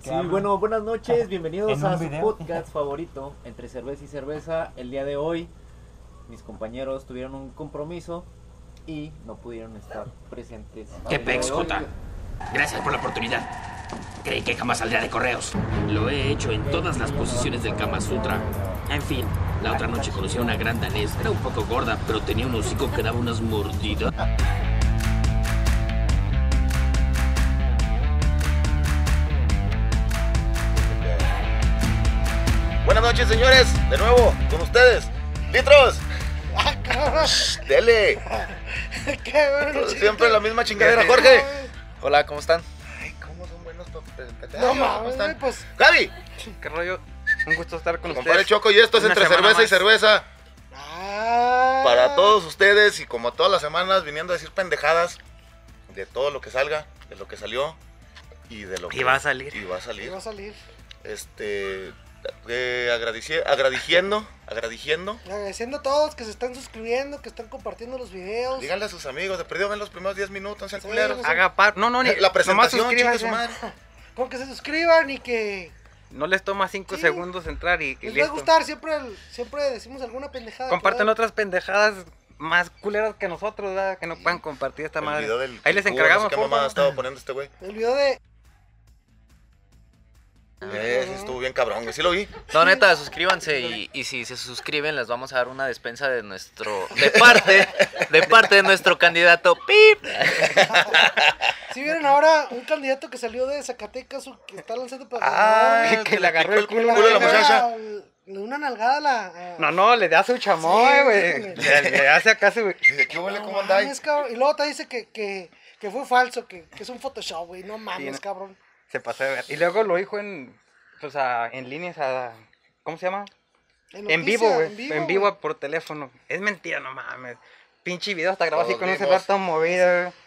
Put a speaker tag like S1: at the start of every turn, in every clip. S1: Sí, bueno, buenas noches, bienvenidos a su podcast favorito, Entre Cerveza y Cerveza. El día de hoy, mis compañeros tuvieron un compromiso y no pudieron estar presentes.
S2: ¡Qué pex, Jota! Gracias por la oportunidad. Creí que jamás saldría de correos.
S3: Lo he hecho en todas las posiciones del Kama Sutra. En fin, la otra noche conocí a una gran danés. Era un poco gorda, pero tenía un hocico que daba unas mordidas.
S4: Buenas noches, señores. De nuevo, con ustedes. Litros.
S5: ¡Ah, cabrón!
S4: Dele.
S5: ¡Cabrón!
S4: Siempre la misma chingadera, Jorge. Hola, ¿cómo están? Ay, ¿cómo son buenos para presentar?
S5: No mames, güey, pues.
S4: Gaby,
S6: ¿Qué rollo? Un gusto estar con
S4: compadre
S6: ustedes.
S4: Choco, y esto es
S6: Una
S4: entre
S6: semana
S4: cerveza y
S6: más.
S4: cerveza.
S5: Ah.
S4: Para todos ustedes y como todas las semanas, viniendo a decir pendejadas de todo lo que salga, de lo que salió y de lo que.
S6: Y va a salir.
S4: Y va a
S5: Ahí
S4: salir.
S5: va a salir.
S4: Este. Eh, agradeci- agradeciendo, agradeciendo.
S5: Y Agradeciendo a todos que se están suscribiendo, que están compartiendo los videos.
S4: Díganle a sus amigos, de perdido ven los primeros 10 minutos, no sean
S5: Sí,
S4: culeros.
S5: no sean-
S6: Haga par. No, no, ni.
S4: La presentación,
S6: nomás
S4: chingue su
S6: suscríbanse.
S4: madre.
S5: Con que se suscriban y que
S6: No les toma cinco
S5: Sí.
S6: segundos entrar y, y
S5: les va a
S6: listo.
S5: gustar. Siempre, el- siempre decimos alguna pendejada.
S6: Comparten
S5: ¿verdad?
S6: otras pendejadas más culeras que nosotros, ¿verdad? Que no puedan compartir esta
S4: El
S6: madre.
S4: video del
S6: Ahí les
S4: Kikú,
S6: encargamos.
S4: No sé qué
S6: porfa.
S4: mamada estaba poniendo este güey.
S5: El video de.
S6: Ah.
S4: Eh, sí estuvo bien cabrón, güey. Sí lo vi.
S7: No, neta, suscríbanse y, y si se suscriben les vamos a dar una despensa de nuestro, de parte, de parte de nuestro candidato PIP.
S5: Si vieron ahora un candidato que salió de Zacatecas o que está lanzando para.
S6: Ah, que le
S4: le
S6: agarró
S4: picó
S6: el
S4: el
S6: culo. a
S4: culo a la
S6: verga.
S4: muchacha.
S5: Le una nalgada a la. a-
S6: No, no, le da su
S5: Sí,
S6: chamoy,
S5: güey.
S6: güey. Le, le hace acá su.
S4: Dice, ¿qué huele?
S5: No
S4: ¿Cómo
S5: mames,
S4: andáis?
S5: cabrón. Y luego te dice que, que, que fue falso, que, que es un Photoshop, güey. No mames,
S6: Sí, no.
S5: cabrón.
S6: Se pasó de ver. Y luego lo dijo en. Pues a- en líneas a. ¿Cómo se llama? en vivo,
S5: noticia,
S6: güey. En vivo,
S5: güey.
S6: por teléfono. Es mentira, no mames. Pinche video hasta grabado así
S4: Todos
S6: con un
S4: vimos.
S6: celular todo movido, güey.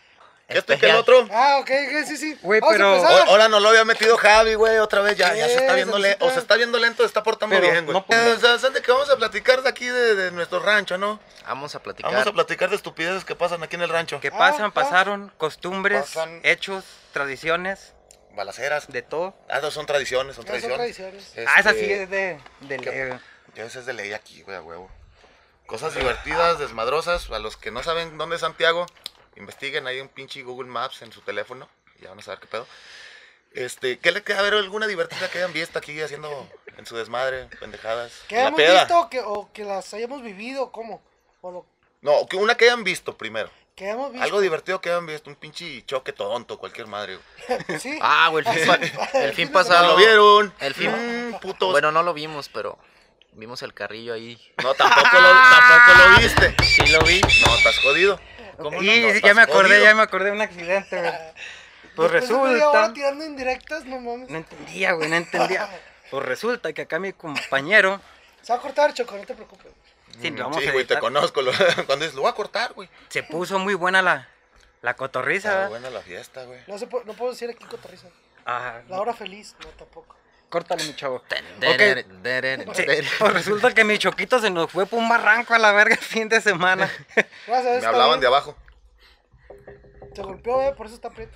S4: ¿Qué este que el otro?
S5: Ah, ok, ok, sí, sí.
S6: Güey,
S5: Vamos a
S6: pero-
S4: O-
S5: empezar.
S4: Ahora no lo había metido Javi, güey, otra vez. Ya, ya se está
S5: Eh,
S4: viendo lento.
S5: salsita.
S4: O se está viendo lento, se está portando
S6: Pero
S4: bien, güey.
S6: no puedo.
S4: Eh, ¿Sabes de qué vamos a platicar de aquí, de, de nuestro rancho, no?
S7: Vamos a platicar.
S4: Vamos a platicar de estupideces que pasan aquí en el rancho.
S6: Que
S5: Ah,
S6: pasan,
S5: ah.
S6: pasaron, costumbres,
S4: Pasan.
S6: hechos, tradiciones,
S4: Balaceras.
S6: de todo.
S4: Ah, no, son tradiciones, son
S5: Ya son
S4: tradiciones.
S5: tradiciones.
S6: Ah, esa
S4: Este,
S6: sí es de, de leve.
S4: Ya esa es de ley aquí, güey, a huevo. Cosas divertidas, desmadrosas. A los que no saben dónde es Santiago, investiguen ahí un pinche Google Maps en su teléfono. y ya van a saber qué pedo. Este, ¿qué le queda a ver alguna divertida que hayan visto aquí haciendo en su desmadre, pendejadas?
S5: ¿Que
S4: En la
S5: hayamos
S4: peda.
S5: visto o que, o que las hayamos vivido? ¿Cómo? O lo
S4: No, que una que hayan visto primero.
S5: que hayamos visto.
S4: Algo divertido que hayan visto, un pinche choque tonto, cualquier madre. güey.
S5: Sí.
S7: Ah, güey, el fin, pa- el fin pasado.
S4: ¿Lo vieron?
S7: El fin.
S4: Mm, putos.
S7: Bueno, no lo vimos, pero vimos el carrillo ahí.
S4: No, tampoco lo, tampoco lo viste.
S7: Sí lo vi.
S4: No, estás jodido.
S7: ¿Cómo
S6: Y
S4: no?
S6: sí, ya me
S4: Estás
S6: acordé,
S4: jodido.
S6: ya me acordé de un accidente, güey. Pues
S5: Después de media
S6: resulta.
S5: hora tirando indirectas, no mames.
S6: No entendía, güey, no entendía. Pues resulta que acá mi compañero.
S5: Se va a cortar, Choco, no te preocupes.
S6: Sí, lo vamos
S4: Mm, Sí,
S6: a
S4: güey, te
S6: editar,
S4: conozco. lo- cuando dices, lo voy a cortar, güey.
S6: Se puso muy buena la, la cotorriza,
S4: Está
S6: ¿verdad?
S4: buena la fiesta, Ah, güey.
S5: No, se pu- no puedo decir aquí cotorriza.
S6: Ah,
S5: La hora feliz, no tampoco.
S6: córtale, mi chavo.
S7: Derer,
S6: Ok,
S7: derer,
S6: sí,
S7: derer.
S6: pues resulta que mi choquito se nos fue por un barranco a la verga el fin de semana.
S5: Gracias a
S4: Me hablaban de abajo.
S5: Te golpeó, eh, por eso está prieto.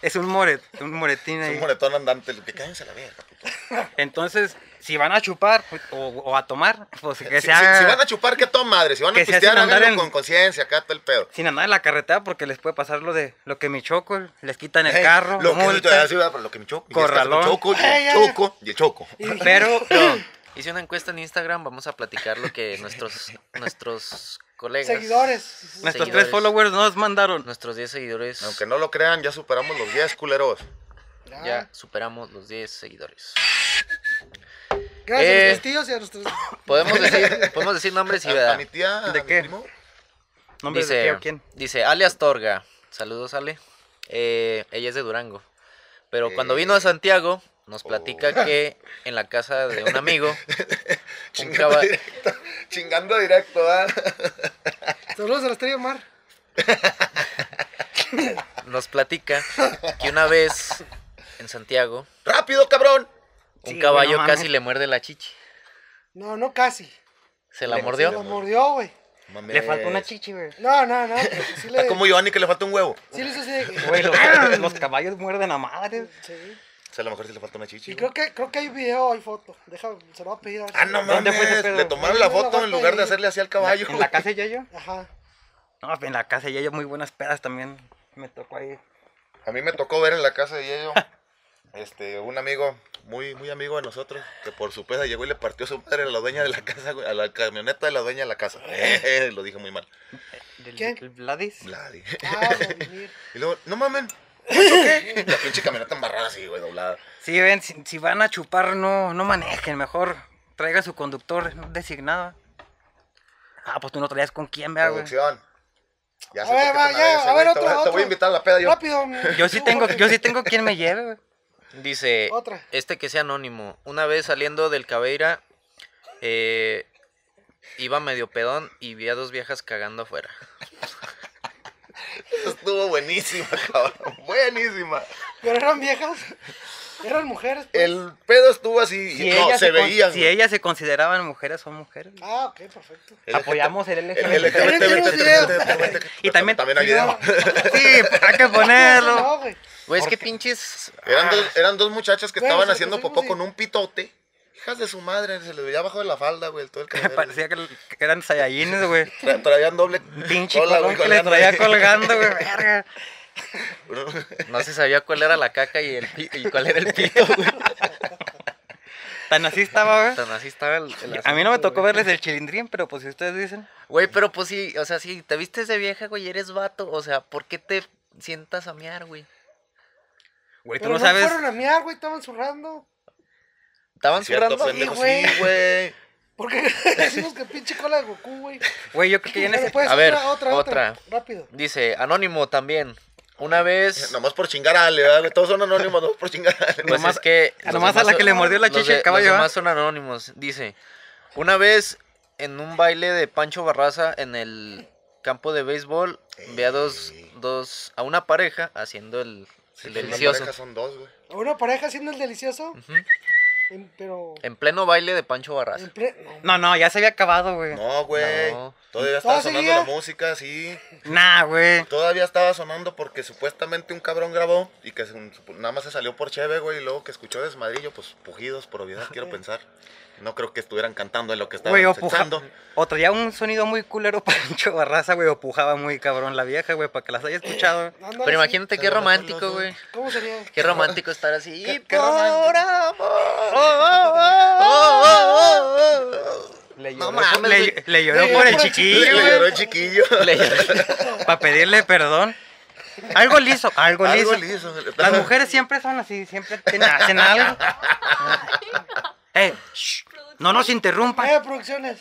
S6: Es un moret, un moretín
S4: Es un
S6: ahí.
S4: moretón andante. lo Que cállense la verga, puto.
S6: Entonces, si van a chupar pues, o, o a tomar, pues que
S4: Si,
S6: se haga
S4: si- si van a chupar, ¿qué toma madre? Si van a
S6: que se hacen
S4: pistear,
S6: andar
S4: háganlo
S6: en-
S4: con conciencia, acá todo el pedo.
S6: sin andar en la carretera porque les puede pasar lo de lo que mi choco, les quitan el
S4: Ey,
S6: carro,
S4: Eh, lo que,
S6: multa.
S4: sí, pero lo que me choco. y estás
S6: Corralón.
S4: con Choco, y
S5: Ey,
S4: el
S5: ya,
S4: choco, y el choco.
S6: Pero
S7: Hice una encuesta en Instagram, vamos a platicar lo que nuestros, nuestros colegas.
S5: Seguidores.
S7: Nuestro-
S6: nuestros
S7: Seguidores.
S6: tres followers nos mandaron.
S7: Nuestros 10 seguidores.
S4: Aunque no lo crean, ya superamos los 10 culeros.
S7: Ya superamos los 10 seguidores.
S5: Gracias a
S7: Eh.
S5: los tíos y a nuestros.
S7: Podemos decir, podemos decir nombres y
S4: A, a
S7: verdad.
S4: mi tía, a
S6: ¿De
S4: mi
S6: qué?
S4: primo.
S6: ¿Nombre de qué
S7: Dice,
S6: o quién?
S7: dice Ale Astorga. Saludos, Ale. Eh, ella es de Durango. Pero cuando vino a
S4: Eh.
S7: Santiago, nos platica
S4: Oh.
S7: que en la casa de un amigo, un,
S4: Chingando
S7: caba-
S4: directo. Chingando directo, ¿ah?
S5: Saludos a la estrella de mar.
S7: nos platica que una vez en Santiago,
S4: ¡Rápido, cabrón!
S7: un
S6: Sí,
S7: caballo
S6: güey, no
S7: casi
S6: mames.
S7: le muerde la chichi.
S5: No, no casi.
S7: Se la
S6: Le-
S7: mordió.
S5: Lo mordió, güey.
S4: Mames.
S6: Le faltó una chichi, güey.
S5: No, no, no. pero Sí le,
S4: Está como Giovanni que le falta un huevo.
S5: sí le hizo así de que-
S6: Güey, los, los caballos muerden a madre.
S5: Sí.
S4: O sea, a lo mejor sí le falta una chichi.
S5: Y
S4: güey.
S5: creo que, creo que hay video, hay foto. Deja, se lo voy a pedir. a ver
S4: Ah,
S5: si-
S4: no
S6: ¿Dónde fue ese
S4: mames.
S6: pedo?
S4: Le tomaron la
S5: Sí, me la
S4: foto en
S5: guardo
S4: lugar de
S5: ahí.
S4: hacerle así al caballo.
S6: ¿En
S4: güey.
S6: la casa de Yayo?
S5: Ajá.
S6: No, en la casa de Yayo muy buenas pedas también. Me tocó ahí.
S4: A mí me tocó ver en la casa de Yayo este, un amigo, muy, muy amigo de nosotros, que por su peda llegó y le partió su madre a la dueña de la casa, güey, a la camioneta de la dueña de la casa. lo dije muy mal.
S6: ¿Del,
S5: ¿Quién?
S6: del Vladis?
S4: Vladi.
S5: Ah, Vladimir.
S4: Y luego, no mamen. ¿eso qué? La pinche camioneta embarrada así, güey, doblada.
S6: Sí, ven, si, si van a chupar, no, no manejen. Mejor traigan su conductor designado. Ah, pues tú no traías con quién, vea, güey.
S4: Producción. Ya
S5: A
S4: sé por
S5: ver,
S4: qué
S5: va,
S4: te
S5: ya,
S4: nadie dice,
S5: a
S4: güey,
S5: ver,
S4: te
S5: otro,
S4: voy- Te voy
S5: otro.
S4: a invitar a la peda yo.
S5: Rápido.
S6: Yo sí
S5: tú,
S6: tengo,
S5: Jorge.
S6: yo sí tengo quien me lleve, güey.
S7: Dice,
S5: Otra.
S7: este que sea anónimo, una vez saliendo del Cabeira, eh, iba medio pedón y vi a dos viejas cagando afuera.
S4: Estuvo buenísima, cabrón. Buenísima.
S5: Pero eran viejas. Eran mujeres. pues.
S4: El pedo estuvo así.
S6: Si,
S4: no,
S6: ellas
S4: se,
S6: se con-
S4: veían.
S6: si
S4: güey.
S6: ellas se consideraban mujeres, son mujeres.
S5: Ah, ok, perfecto.
S4: El
S6: Apoyamos el LGBT.
S4: El LGBT,
S5: También
S4: vete,
S5: tiene video.
S4: vete,
S5: pues.
S4: vete, vete, vete.
S6: Y también-
S4: También hay video.
S6: Sí, hay que
S5: No,
S6: ponerlo.
S5: no, güey.
S7: Güey, es que pinches...
S4: pues, Eran dos, eran dos muchachas que
S5: Bueno,
S4: estaban
S5: se lo
S4: haciendo
S5: pusimos
S4: popó
S5: y-
S4: con un pitote. Hijas de su madre, se les veía abajo de la falda, güey, el todo el cabello.
S6: Parecía que, que eran sayayines, güey.
S4: Tra- traían doble
S6: Pinche
S4: cola,
S6: colón
S4: güey,
S6: que le
S4: colgando,
S6: traía
S4: güey.
S6: colgando, güey. Verga.
S7: No se sabía cuál era la caca y, el pi- y cuál era el pito, güey.
S6: Tan así estaba, güey.
S7: Tan así estaba el, el
S6: A mí no me
S7: asunto,
S6: tocó
S7: güey.
S6: verles el chilindrín, pero pues si ustedes dicen.
S7: Güey, pero pues sí, o sea, si te vistes de vieja, güey, y eres vato, o sea, ¿por qué te sientas a mear, güey?
S6: Güey, tú
S5: Pero
S6: no
S5: no
S6: sabes.
S5: fueron a miar, güey, estaban zurrando.
S7: Estaban
S4: Cierto,
S7: zurrando.
S4: pendejo,
S5: Sí, güey.
S4: sí, güey.
S5: Porque decimos que pinche cola de Goku, güey.
S6: Güey, yo creo que ya en
S5: Bueno,
S6: ese.
S5: pues,
S7: A ver,
S5: otra, otra,
S7: otra.
S5: Rápido.
S7: Dice, anónimo también.
S4: Eh,
S7: Una vez.
S4: Nomás por chingar a Ale, ¿verdad? güey? Todos son anónimos, nomás por chingar a Ale.
S7: Pues
S6: Nomás-
S7: es que.
S6: a
S7: los
S6: nomás a la
S7: demás
S6: que
S7: son-
S6: le mordió la
S7: los
S6: chicha
S7: de-
S6: el caballo,
S7: Los
S6: ¿ah?
S7: demás son anónimos. Dice, una vez en un baile de Pancho Barraza en el campo de béisbol, ve a dos, dos, a una pareja haciendo el,
S4: Sí,
S7: el
S4: pues, una
S7: delicioso.
S4: pareja son dos, güey.
S5: A Una pareja haciendo el delicioso.
S7: Ujú.
S5: en- pero.
S7: En pleno baile de Pancho Barraza.
S5: en ple-
S6: No,
S5: no,
S6: no, ya se había acabado, güey.
S4: No, güey.
S7: No.
S4: Todavía estaba
S5: ¿Todo
S4: sonando
S5: seguía?
S4: la música, sí.
S6: Nah, güey.
S4: Todavía estaba sonando porque supuestamente un cabrón grabó y que se- nada más se salió por cheve, güey, y luego que escuchó desmadrillo, pues pujidos, probidad, quiero pensar. No creo que estuvieran cantando en lo que estaban
S6: Güey, o puja-
S4: sexando.
S6: O traía un sonido muy culero Pancho Barraza, güey, o pujaba muy cabrón la vieja, güey, para que las haya escuchado.
S5: ándale,
S7: Pero
S5: sí.
S7: imagínate qué
S4: Pero no
S7: romántico,
S4: conozco.
S7: güey.
S5: ¿Cómo sería?
S7: Qué romántico estar así.
S4: Qué-
S7: Y
S4: qué
S7: por
S4: romántico.
S7: amor.
S6: oh,
S7: Oh, oh, oh, oh.
S6: Le
S7: No
S6: lloró,
S7: mames,
S6: le-
S7: güey.
S6: le lloró por
S5: Le lloró
S6: el
S5: por el
S6: chiquillo,
S4: Le
S6: güey,
S4: lloró el chiquillo.
S7: Le lloré.
S6: para pedirle perdón. Algo liso, algo,
S4: Algo
S6: liso.
S4: liso.
S6: Las mujeres siempre son así, siempre te- hacen algo. Eh, shh, no nos interrumpan.
S5: Eh, producciones.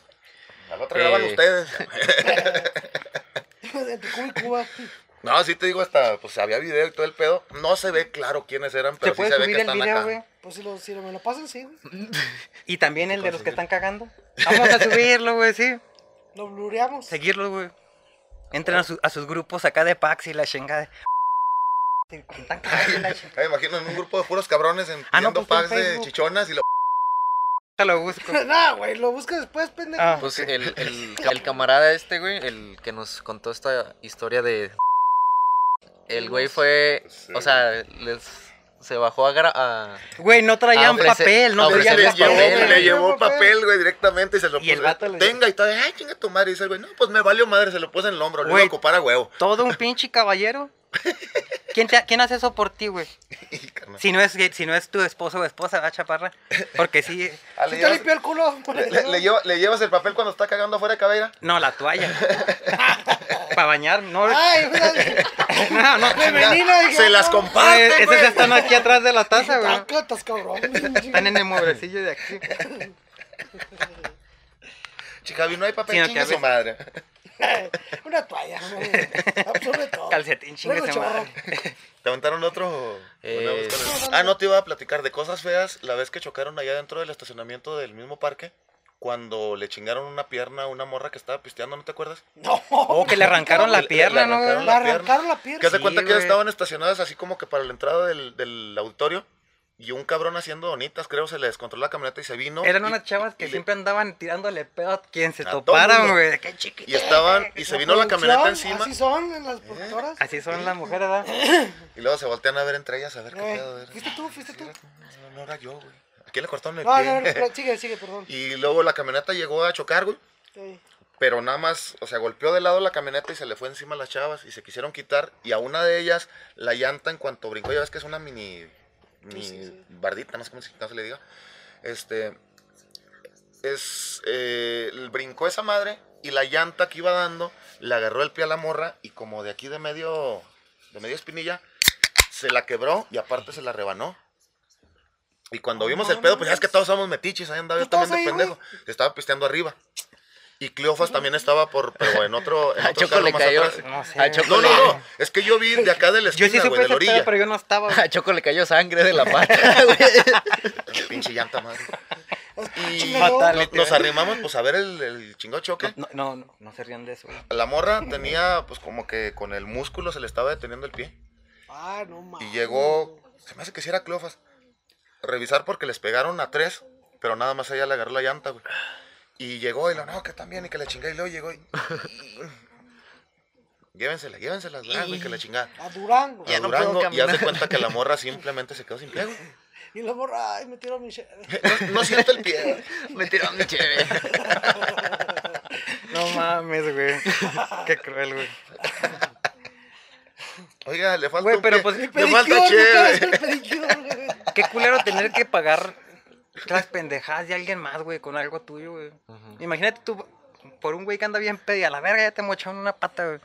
S4: Al otro graban
S7: Eh.
S4: ustedes.
S5: Entre Cuba y Cuba.
S4: No, sí te digo, hasta, pues había video y todo el pedo. No se ve claro quiénes eran,
S6: Se
S4: pero sí
S6: puede
S4: se ve
S6: subir
S4: que
S6: el
S4: están
S6: video,
S4: acá.
S6: güey.
S5: Pues si, lo, si me lo pasan, sí, güey.
S6: Y también el de los que están cagando. Vamos a subirlo, güey, sí.
S5: Lo blureamos.
S6: Seguirlo, güey. Entren a, su- a sus grupos acá de Pax y la chingada. Están cagando la chingada.
S4: Ay, Ah, imagino en un grupo de puros cabrones en
S6: Ah, no,
S4: pidiendo
S6: pues, en
S4: packs de
S6: Facebook.
S4: chichonas y lo.
S6: Lo busco.
S5: Nah, güey, lo buscas después, pendejo.
S6: Ah,
S7: Pues el, el, el camarada este, güey, el que nos contó esta historia de... El güey fue...
S4: Sí,
S7: O sea, les, se bajó a... gra- a-
S6: Güey, no
S7: Ah,
S6: traían
S7: ofrece-
S6: papel, no
S7: ah,
S4: Pero
S7: ofrece-
S4: le
S6: traían
S7: los
S4: llevó,
S7: papeles,
S4: le
S7: güey.
S4: llevó papel, güey, directamente y se lo
S6: Y el
S4: puso,
S6: vato le dijo-
S4: Tenga y todo, ay, chinga tu madre. Y dice el güey, no, pues me valió madre, se lo puso en el hombro, lo iba
S6: Güey.
S4: a ocupar a huevo.
S6: Todo un pinche caballero. ¿Quién, te ha- ¿Quién hace eso por ti, güey?
S4: Y, carnal,
S6: Si no es, si no es tu esposo o esposa, va chaparra. Porque sí.
S4: ah,
S5: Si
S4: le,
S5: te
S4: llevas,
S5: limpió el culo. pues,
S4: le- le- le lleva- le llevas el papel cuando está cagando afuera de cabera.
S6: No, la toalla. Para bañar. No,
S5: Ay, pues, güey.
S6: no, no.
S5: Femenina, dije,
S4: Se las
S5: no.
S4: comparte,
S6: Eh, Esas
S4: güey.
S6: están aquí atrás de la taza, güey.
S5: Tacotas, cabrón.
S6: Están en el mueblecillo de aquí.
S4: Chica, vi, no hay papel,
S6: Sino que
S4: chinga
S6: a
S4: su
S6: veces-
S4: madre.
S5: Una toalla, güey. Absorbe todo.
S6: Calcetín, chingue
S5: Luego
S6: su madre.
S5: chorro.
S4: ¿Te aventaron otro?
S7: Eh,
S4: Ah, no te iba a platicar de cosas feas la vez que chocaron allá dentro del estacionamiento del mismo parque. Cuando le chingaron una pierna a una morra que estaba pisteando, ¿no te acuerdas?
S5: No.
S6: Oh, que le arrancaron la
S4: Le- le
S6: pierna, ¿no?
S4: arrancaron
S6: güey?
S5: Le arrancaron la
S4: Que
S5: pierna.
S4: haz de
S6: Sí,
S4: cuenta que ellas
S6: güey.
S4: estaban estacionadas así como que para la entrada del, del auditorio. y un cabrón haciendo donitas, creo, se le descontroló la camioneta y se vino.
S6: Eran
S4: y-
S6: unas chavas
S4: y
S6: que
S4: le-
S6: siempre andaban tirándole pedo a quien se
S4: A todo
S6: toparan,
S4: mundo.
S6: güey. Qué chiquito.
S4: Y estaban, y se vino la camioneta
S5: producción,
S4: encima. Eh,
S5: Así son en las productoras.
S6: Así son las mujeres, ¿verdad?
S4: Y luego se voltean a ver entre ellas a ver qué
S5: Eh,
S4: pedo. era.
S5: ¿Fuiste tú? ¿Fuiste tú?
S4: No, no era yo, güey. ¿A quién le cortaron el
S5: No,
S4: pie?
S5: no, no, pero sigue, sigue, perdón.
S4: Y luego la camioneta llegó a chocar, güey.
S5: Sí.
S4: Pero nada más, o sea, golpeó de lado la camioneta y se le fue encima a las chavas y se quisieron quitar. Y a una de ellas, la llanta en cuanto brincó, ya ves que es una mini, mini
S5: sí, sí.
S4: bardita, no sé cómo se, no se le diga. Este, es, eh, el- brincó esa madre y la llanta que iba dando, le agarró el pie a la morra y como de aquí de medio, de medio espinilla, se la quebró y aparte se la rebanó. Y cuando vimos el pedo, pues ya es que todos somos metiches, ahí andaba yo
S5: ¿Tú estabas
S4: también de
S5: Pues ahí,
S4: pendejo. Yo estaba pisteando arriba. Y Cleofas también estaba por, pero en otro, en
S7: A
S4: otro
S7: Choco
S4: carro
S7: le
S4: más
S7: cayó.
S4: atrás.
S6: No sé.
S7: A Choco
S4: No,
S7: le-
S4: no, no. Es que yo vi de acá de la
S6: Yo sí
S4: esquina,
S6: supe
S4: güey, de la
S6: ese pedo,
S4: orilla.
S6: pero yo no estaba. güey.
S7: A Choco le cayó sangre de la pata, güey.
S4: Pinche llanta madre. Y
S5: Ah, Chinga, no.
S6: fatal.
S4: nos, nos arrimamos, pues, a ver el, el chingado choque.
S6: No, no, no, no se rían de eso. güey.
S4: La morra tenía, pues, como que con el músculo se le estaba deteniendo el pie.
S5: Ah, no mames.
S4: Y llegó, se me hace que si era Cleofas, a revisar porque les pegaron a tres, pero nada más ella le agarró la llanta, güey. Y llegó y lo, no, que también, y que la chingada, y luego llegó y... llévensela, llévensela, güey, que la chingada.
S5: A Durango.
S4: A
S7: no puedo
S4: Durango, y haz de
S7: caminar.
S4: cuenta que la morra simplemente se quedó sin pie, güey.
S5: Y la morra, ay, me tiró mi che-
S4: No, no siento el pie, güey.
S7: Me tiró mi chévere.
S6: No mames, güey. Qué cruel, güey.
S4: Oiga, le falta
S6: Güey,
S4: un
S6: pero
S4: pie.
S6: pues,
S4: le
S5: Pedicure,
S4: falta
S5: ¿no
S4: chévere.
S5: te vas al pedicure, güey?
S6: Qué culero tener que pagar las pendejadas de alguien más, güey, con algo tuyo, güey. Imagínate tú, por un güey que anda bien pedo y a la verga ya te mocharon una pata, güey.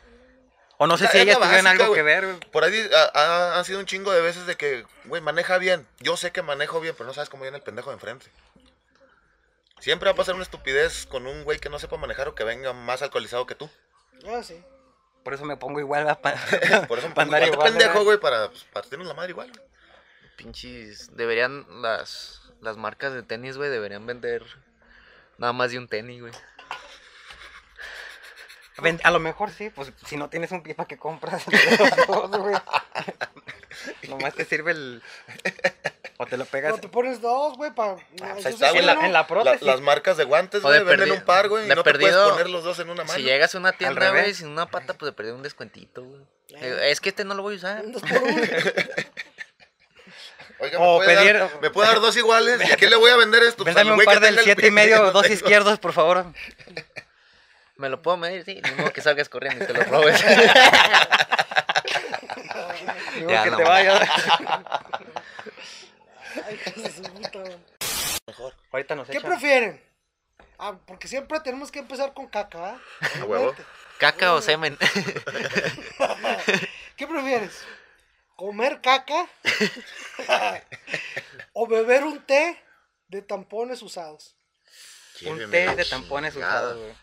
S6: O no sé
S4: La-
S6: si
S4: es la
S6: ellas tuvieron
S4: básica,
S6: algo
S4: güey.
S6: que ver, güey.
S4: Por ahí ah, ah, han sido un chingo de veces de que, güey, maneja bien. Yo sé que manejo bien, pero no sabes cómo viene el pendejo de enfrente. Siempre va a pasar una estupidez con un güey que no sepa manejar o que venga más alcoholizado que tú.
S5: Ah, sí.
S6: Por eso me pongo igual, va, pa-
S4: Por eso me
S6: pa
S4: pongo igual
S6: andar
S4: de
S6: igual,
S4: pendejo,
S6: ¿verdad?
S4: güey, para pues, partirnos la madre igual.
S7: Pinches. Deberían las, las marcas de tenis, güey, deberían vender nada más de un tenis, güey.
S6: Ven- A lo mejor sí, pues si no tienes un pie para que compras. los dos, güey. Nomás te sirve el. O te lo pegas.
S5: No, te pones dos, güey, para.
S4: Pues ahí está, güey,
S6: en la- en la prótesis.
S4: las marcas de guantes,
S7: O de
S4: Pues, güey, venden
S7: perdi-
S4: un par, güey, y
S7: de
S4: no te
S7: perdido,
S4: puedes poner los dos en una mano.
S7: Si llegas a una tienda,
S6: revés.
S7: güey, sin una pata, pues te perdí un descuentito, güey. Digo, Es que este no lo voy a usar.
S5: Dos por uno.
S4: Oiga,
S6: O
S4: ¿me, puede
S6: pedir-
S4: dar, ¿me puede dar dos iguales? ¿Y a quién le voy a vender esto? Pues,
S6: Véndame
S4: al
S6: un
S4: güey
S6: par
S4: que
S6: del
S4: tenga el
S6: siete
S4: pie
S6: y medio,
S4: no
S6: dos
S4: tengo.
S6: izquierdos, por favor.
S7: Me lo puedo medir, sí. Ni modo que salgas corriendo y te lo robes.
S6: Digo
S7: Ya,
S6: que
S7: no,
S6: te
S7: man.
S6: vaya.
S5: Ay, hijo de su puta, güey.
S6: Ahorita nos
S5: ¿Qué
S6: echan.
S5: prefieren? Ah, porque siempre tenemos que empezar con caca, ¿verdad?
S4: A huevo.
S7: Caca o semen.
S5: ¿Qué prefieres? ¿Comer caca? ¿O beber un té de tampones usados?
S6: Un
S4: Lléveme
S6: té
S4: la
S6: de tampones
S4: chingada.
S6: usados, güey.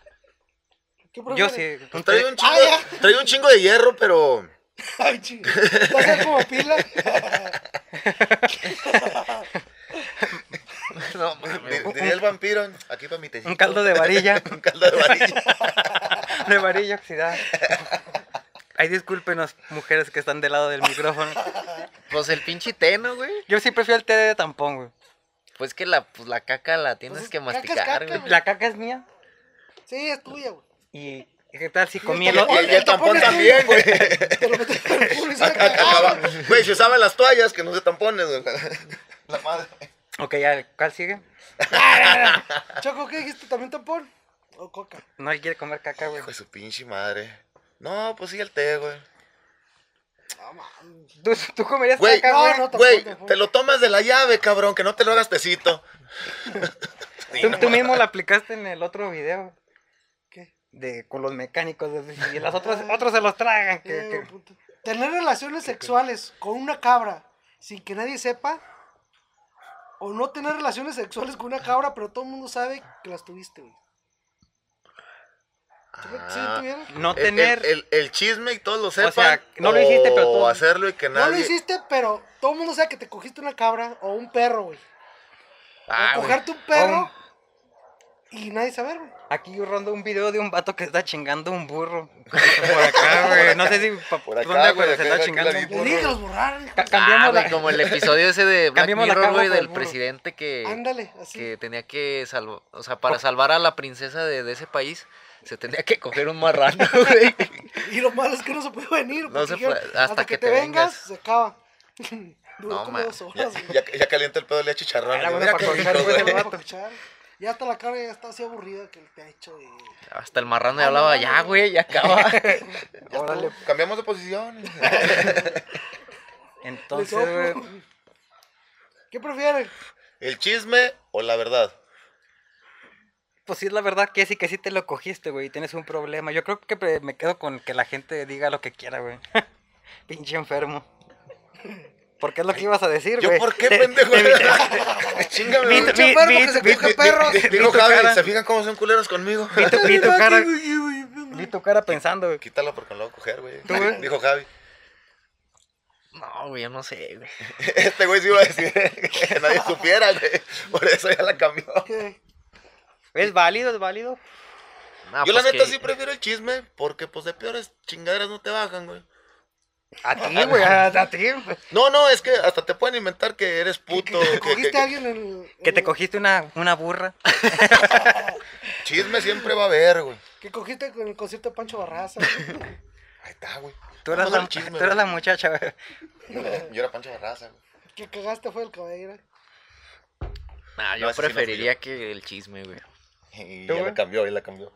S5: ¿Qué
S6: Yo
S5: prefieres?
S6: sí. un
S4: Pues trae
S6: té-
S4: un chingo,
S5: Ah, ya.
S4: trae un chingo de hierro, pero
S5: Ay, chinga. ¿Te haces como pila?
S7: no, mames.
S4: di- diría el vampiro, aquí para mi tecito.
S6: Un caldo de varilla.
S4: un caldo de varilla.
S6: de varilla oxidada. Ay, discúlpenos, mujeres que están del lado del micrófono.
S7: Pues el pinche teno, güey.
S6: Yo sí prefiero el té de tampón, güey.
S7: Pues que la, pues la caca la tienes
S5: Pues
S7: que
S5: caca es
S7: masticar,
S5: caca,
S7: güey.
S5: güey.
S6: La caca es mía.
S5: Sí, es tuya, güey.
S6: ¿Y qué tal si comí
S4: Y
S6: el
S4: el,
S6: otro?
S5: tampón-
S4: y el tampón también, güey.
S5: Te lo metes por el culo y se
S4: Acá- acaba- Güey, se usaban las toallas que no se tampones, güey. La madre.
S6: Ok, ya, ¿cuál sigue?
S5: Choco, ¿qué dijiste? ¿También tampón? ¿O coca?
S6: No él quiere comer caca, güey.
S4: Hijo de su pinche madre. No, pues sí, el té, güey.
S6: ¿Tú, tú comerías
S4: Güey,
S6: caca, güey?
S5: no, tampoco,
S4: Güey,
S5: tampoco.
S4: te lo tomas de la llave, cabrón, que no te lo hagas tecito.
S6: tú, tú mismo la aplicaste en el otro video.
S5: ¿Qué?
S6: De, con los mecánicos. de- y las otras otros se los tragan. que-
S5: Eh,
S6: que-
S5: puto. Tener relaciones sexuales con una cabra sin que nadie sepa. O no tener relaciones sexuales con una cabra, pero todo el mundo sabe que las tuviste, güey. ¿Tú crees que sí
S4: Ah,
S5: tuviera?
S6: no
S4: El- el-
S6: tener...
S4: el, el chisme y todos lo
S6: sea,
S4: sepan.
S6: no lo hiciste, pero
S4: o
S6: todo-
S4: hacerlo y que nadie.
S5: No lo hiciste, pero todo el mundo sabe que te cogiste una cabra o un perro, güey.
S4: Ah,
S5: o
S4: güey.
S5: cogerte un perro y nadie saber, güey.
S6: Aquí ronda un video de un vato que está chingando un burro. Por acá, güey. No sé si pa-
S4: Por acá,
S6: dónde, güey,
S4: güey,
S6: se
S4: acá,
S6: está
S4: aquí
S6: chingando
S4: la
S6: un
S4: vi.
S6: burro.
S5: Le dije que los borraran.
S6: Ca-
S7: Ah,
S6: cambiamos
S7: güey,
S6: la-
S7: como el episodio ese de Black
S6: Cambiamos la
S7: Mirror,
S6: cama
S7: güey,
S6: por el
S7: del
S6: burro.
S7: presidente que,
S5: Ándale, así.
S7: eh, que tenía que salvar, o sea, para salvar a la princesa de, de ese país, se tenía que coger un marrano, güey.
S5: Y lo malo es que no se puede venir.
S7: No
S5: porque
S7: se
S5: dijeron,
S7: puede, hasta que te vengas".
S5: se acaba. Duró
S7: No,
S5: como
S7: man,
S5: dos
S4: Ya,
S5: horas. güey.
S4: ya, ya calienta el pedo le chicharrón.
S6: Era
S4: Digo,
S6: bueno
S4: "Mira
S6: pues. para
S4: qué
S6: colgar,
S4: rico, güey".
S6: güey, ese
S5: Ya,
S6: vato.
S5: escuchar. ya hasta la cara ya está así aburrida que el pecho. Y...
S7: Hasta el marrano
S4: Ah,
S7: ya hablaba, ya, güey, ya acaba.
S4: Ya
S6: Órale.
S4: estuvo. Cambiamos de posición.
S6: Entonces,
S5: soplo.
S6: güey,
S5: ¿Qué prefieren?
S4: ¿El chisme o la verdad?
S6: pues sí es la verdad que sí, que sí te lo cogiste, güey. y Tienes un problema. Yo creo que pre- me quedo con que la gente diga lo que quiera, güey. Pinche enfermo. Porque es lo que ibas a decir,
S4: ¿Yo
S6: güey.
S4: por qué,
S6: Te-
S4: pendejo?
S6: te-
S4: Chingame,
S6: vi-
S4: güey.
S6: vi-
S4: Chaparro,
S6: vi-
S4: que se
S6: vi-
S4: coge
S6: vi-
S4: perro.
S6: vi- vi
S4: Digo,
S6: tu
S4: Javi,
S6: cara.
S4: ¿se fijan cómo son culeros conmigo?
S6: vi tu- vi tu cara, vi tu cara pensando, güey.
S4: Quítalo porque no lo voy a coger, güey.
S6: ¿Tú, güey?
S4: Dijo Javi.
S7: No, güey, yo no sé, güey.
S4: Este güey sí iba a decir que nadie supiera, güey. Por eso ya la cambió.
S5: ¿Qué?
S6: Es válido, es válido.
S7: No,
S6: Ah,
S4: Yo la
S7: pues
S4: neta
S7: que-
S4: sí prefiero el chisme porque pues de peores chingaderas no te bajan, güey.
S6: A
S5: Ah,
S6: ti, güey, a, a ti.
S4: No, no, es que hasta te pueden inventar que eres puto.
S5: ¿Que te
S4: que- que-
S5: cogiste
S4: que-
S5: a alguien en el-
S6: Que
S5: en
S6: te
S5: el-
S6: cogiste una, una burra.
S4: Chisme siempre va a haber, güey.
S5: Que cogiste con el concierto de Pancho Barraza. güey?
S4: Ahí está, güey.
S6: Tú eras,
S4: Vamos
S6: la,
S4: al chisme,
S6: tú eras
S4: güey.
S6: la muchacha, güey.
S4: Yo era Pancho Barraza, güey.
S5: que cagaste fue el caballero.
S7: Nah, yo
S4: No, ese sí no fui
S7: preferiría que el chisme, güey.
S4: Y
S6: ¿Tú,
S4: ya la
S6: güey?
S4: cambió, ya la cambió.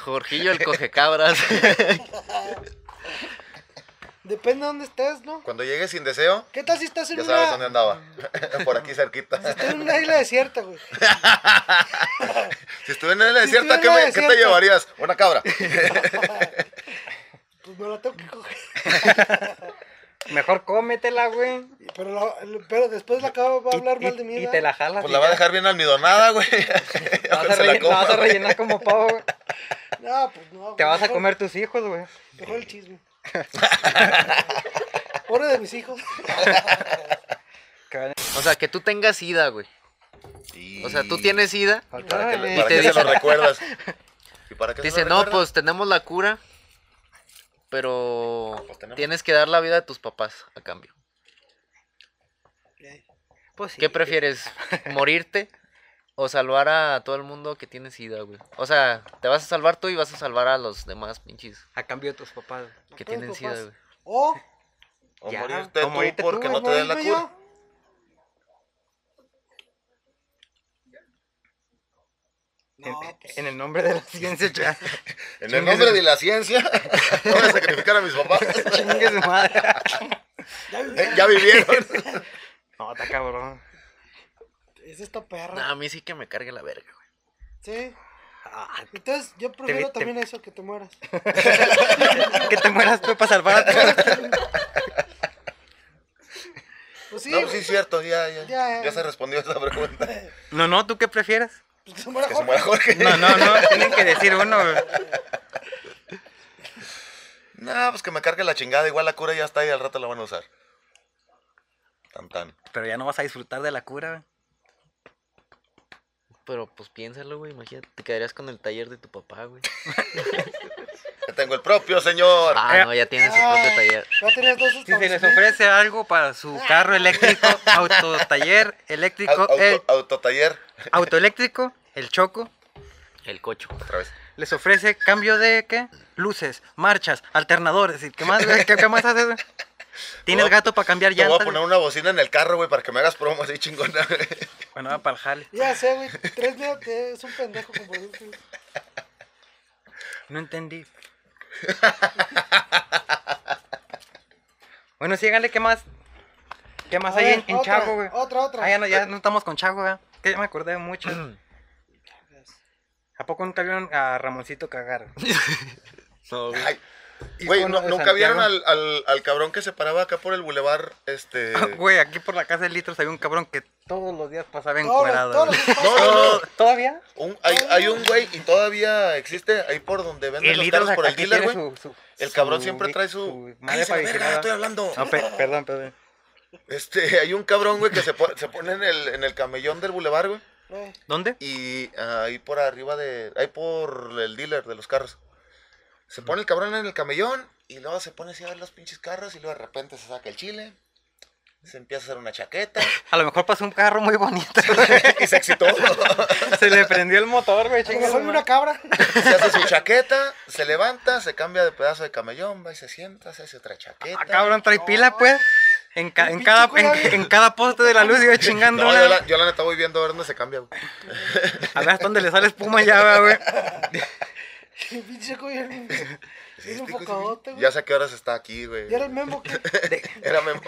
S7: Jorgillo el cogecabras.
S5: Depende de dónde estés, ¿no?
S4: Cuando llegues sin deseo,
S5: ¿Qué tal si estás en
S4: ya sabes dónde
S5: una...
S4: andaba. Por aquí cerquita.
S5: estás en una isla desierta, güey.
S4: Si estuviera en el
S5: Si
S4: desierto,
S5: estuviera
S4: ¿qué,
S5: en
S4: me-
S5: el
S4: qué te
S5: desierto.
S4: llevarías? Una cabra.
S5: Pues me la tengo que coger.
S6: Mejor cómetela, güey.
S5: Pero, la- pero después la cabra va a
S6: Y-
S5: hablar
S6: y-
S5: mal de mí.
S6: Y
S5: ¿verdad?
S6: te la jalas.
S4: Pues
S6: y
S4: la va a
S6: ya.
S4: dejar bien almidonada, güey.
S6: La vas, a
S4: Se la
S6: rellenar, la vas a
S4: coma.
S6: rellenar como pavo, güey.
S5: No, pues no.
S6: Te vas a
S5: mejor-
S6: comer tus hijos, güey.
S5: Mejor el chisme. Pobre de mis hijos.
S6: Que-
S7: o sea, que tú tengas sida, güey.
S4: Y-
S7: O sea, tú tienes sida.
S4: ¿Para qué,
S6: Órale.
S7: Y
S4: le- para
S7: te
S4: qué se
S7: dice-
S4: lo recuerdas? ¿Y para qué se
S7: Dice,
S4: lo
S7: no,
S4: recuerdas?
S7: pues tenemos la cura, pero
S4: Pues tenemos.
S7: tienes que dar la vida de tus papás a cambio.
S6: Pues sí.
S7: ¿Qué prefieres? ¿Morirte o salvar a todo el mundo que tiene sida, güey? O sea, te vas a salvar tú y vas a salvar a los demás pinches
S6: A cambio de tus papás.
S7: que
S5: Todos
S7: tienen
S5: papás.
S7: sida, güey.
S5: O
S4: O
S6: pues, ya,
S4: morirte
S6: o
S4: tú
S6: morirte tú,
S4: porque no
S6: güey,
S4: te den la
S5: morirme
S4: cura.
S5: yo. No,
S6: En-
S5: pues,
S6: En el nombre de la ciencia, ya.
S4: En el nombre de la ciencia, no voy a sacrificar a mis papás.
S6: Chingue su madre.
S5: ya viví.
S4: Eh, ya vivieron.
S6: No, está cabrón.
S5: Es esta perra.
S7: No, a mí sí que me cargue la verga, güey.
S5: Sí.
S6: Ah,
S5: Entonces, yo prefiero
S6: te-
S5: también eso que te mueras.
S6: que te mueras tú para salvar a todos.
S5: Pues sí,
S4: no, pues sí,
S5: güey,
S4: es cierto, ya, ya,
S5: Ya,
S4: ya.
S5: ya.
S4: se respondió esa pregunta.
S6: No, no, ¿tú qué prefieres?
S5: pues que se muera
S4: Que se
S5: Jorge.
S4: muera Jorge.
S6: No, no, no, tienen que decir uno, güey.
S4: No, pues que me cargue la chingada. Igual la cura ya está y al rato la van a usar. Tan, tan.
S6: Pero ya no vas a disfrutar de la cura, güey.
S7: Pero pues piénsalo, güey, imagínate, te quedarías con el taller de tu papá, güey.
S4: Ya tengo el propio, señor.
S7: Ah, no, ya tienes su propio taller.
S5: Ya tenías dos
S6: Si se les
S5: establecimientos.
S6: ofrece algo para su carro eléctrico, autotaller
S4: Au-
S6: eléctrico, el
S4: auto, autotaller.
S6: autoeléctrico, el choco,
S7: El cocho.
S4: Otra vez.
S6: les ofrece cambio de qué? Luces, marchas, alternadores, y qué más, güey? ¿Qué, qué más haces, güey? Tienes
S4: voy a-
S6: gato para cambiar
S4: Te voy a
S6: llantas.
S4: poner
S6: güey?
S4: una bocina en el carro, güey, para que me hagas promo así chingona. güey.
S6: Bueno, va para el jale.
S5: Ya sé, güey. Tres días te- es un pendejo como dices.
S6: No entendí. bueno, síganle, ¿qué más? ¿Qué más
S5: A
S6: hay
S5: ver,
S6: en, en
S5: otra,
S6: Chago, güey?
S5: Otra, otra.
S6: Ah, ya no, ya no estamos con Chago, ¿verdad? Que ya me acordé de mucho. ¿A poco nunca vieron a Ramoncito cagar?
S7: No, güey.
S4: Ay, Güey, no-
S6: Ícono de
S4: ¿nunca vieron
S6: Santiago.
S4: al, al, al cabrón que se paraba acá por el bulevar? Este.
S6: Ah, Güey, aquí por la casa de litros había un cabrón que todos los días pasaba
S5: Todos los-
S6: encuerado.
S5: todos
S6: güey.
S5: los-
S4: No, no, no.
S6: ¿Todavía?
S4: Un- hay, hay un güey y todavía existe ahí por donde venden
S6: El
S4: los
S6: litros
S4: carros por
S6: acá
S4: el
S6: aquí
S4: dealer,
S6: tiene
S4: güey.
S6: su, su-
S4: El cabrón
S6: su-
S4: siempre trae
S6: su Ah.
S4: su.
S6: madre
S4: ¡Cállese
S6: para
S4: la verga, estoy
S6: vigilar.
S4: hablando!
S6: No, pe- perdón, perdón.
S4: Este, hay un cabrón, güey, que se, po- se pone en el, en el camellón del bulevar, güey.
S5: Eh,
S6: ¿Dónde?
S4: Y ah, ahí por arriba de. Ahí por el dealer de los carros. Se pone el cabrón en el camellón y luego se pone así a ver los pinches carros y luego de repente se saca el chile. Se empieza a hacer una chaqueta
S6: A lo mejor pasó un carro muy bonito.
S4: y se excitó.
S6: Se le prendió el motor, güey.
S5: a lo
S6: chinga su
S5: mejor vi
S6: madre.
S5: una cabra.
S4: se hace su chaqueta, se levanta, se cambia de pedazo de camellón, va y se sienta, se hace otra chaqueta.
S6: Ah, cabrón, trae pila, pues. En, ca- en cada, en, en cada poste de la luz iba chingando
S4: No,
S6: una-
S4: yo, la, yo la neta voy viendo a ver dónde se cambia. güey.
S6: A ver hasta dónde le sale espuma ya, güey.
S5: Pinche güey, era-
S4: Sí,
S5: Era un
S4: este, güey,
S5: focadote, güey.
S4: Ya sé a qué horas está aquí, güey.
S5: Y era el memo que.
S6: De-
S4: Era Memo.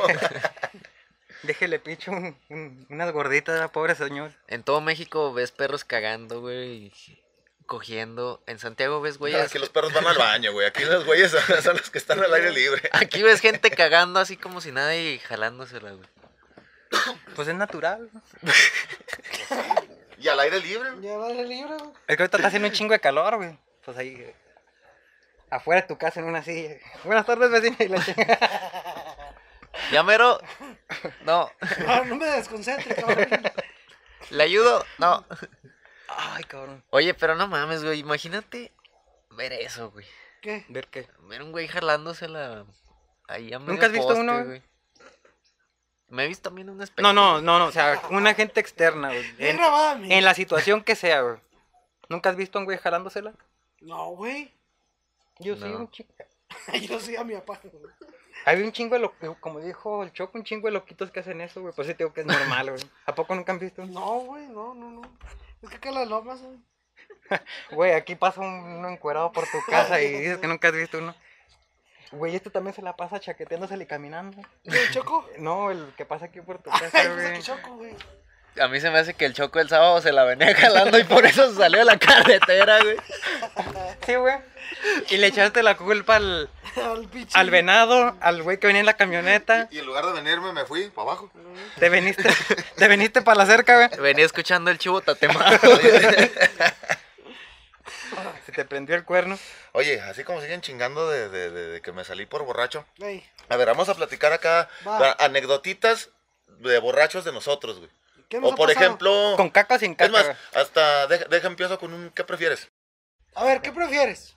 S6: déjele picho un- un- unas gorditas a la pobre señor.
S7: En todo México ves perros cagando, güey, y cogiendo. En Santiago ves güeyes.
S4: Aquí los perros van al baño, güey. Aquí los güeyes son, son los que están al aire libre.
S7: Aquí ves gente cagando así como si nada y jalándosela, güey.
S6: Pues es natural. ¿no?
S4: Y al aire libre. güey.
S5: Ya va de libre, güey.
S6: Es que ahorita está haciendo un chingo de calor, güey. Pues ahí. eh, Afuera de tu casa en una silla. Buenas tardes, vecina. Y la chinga.
S7: Ya mero. No.
S5: Ah, No, no me desconcentre, cabrón.
S7: ¿Le ayudo? No.
S6: Ay, cabrón.
S7: Oye, pero no mames, güey. Imagínate ver eso, güey.
S5: ¿Qué?
S6: Ver qué.
S7: Ver un güey jalándosela ahí a medio
S6: ¿Nunca has visto
S7: poste,
S6: uno, güey?
S7: Me he visto también un espejo.
S6: No, no, no, no. O sea, una gente externa, güey.
S5: Bien
S6: En,
S5: grabada, mi.
S6: en la situación que sea, güey. ¿Nunca has visto a un güey jalándosela?
S5: No, güey.
S6: Yo
S7: No.
S6: chico.
S5: Yo sí a mi papá. güey.
S6: Hay un chingo de loquitos, como dijo el Choco, un chingo de loquitos que hacen eso, güey. Pues sí, te digo que es normal, güey. ¿A poco nunca han visto?
S5: No, güey, no, no, no. Es que acá las lomas, güey.
S6: Güey, aquí pasa un- uno encuerado por tu casa y dices que nunca has visto uno. Güey, este también se la pasa chaqueteándosele y caminando.
S5: ¿El choco?
S6: No, el que pasa aquí por tu
S5: Ay,
S6: casa,
S5: pues
S6: güey.
S5: aquí choco, güey.
S7: A mí se me hace que el choco el sábado se la venía jalando y por eso salió de la carretera, güey.
S6: Sí, güey. Y le echaste la culpa al,
S5: Al pinche.
S6: al venado, al güey que venía en la camioneta.
S4: Y en lugar de venirme, me fui para abajo.
S6: Te veniste, te veniste para la cerca, güey.
S7: Venía escuchando el chivo tatemado.
S6: Se te prendió el cuerno.
S4: Oye, así como siguen chingando de, de- de- de que me salí por borracho.
S5: Güey,
S4: A ver, vamos a platicar acá
S5: Va.
S4: a- anecdotitas de borrachos de nosotros, güey.
S5: ¿qué nos
S4: O
S5: ha
S4: por
S5: pasado?
S4: ejemplo.
S6: Con caca o sin
S4: Es
S6: caca.
S4: más,
S6: güey.
S4: hasta deja, deja empiezo con un ¿qué prefieres?
S5: A ver, ¿qué prefieres?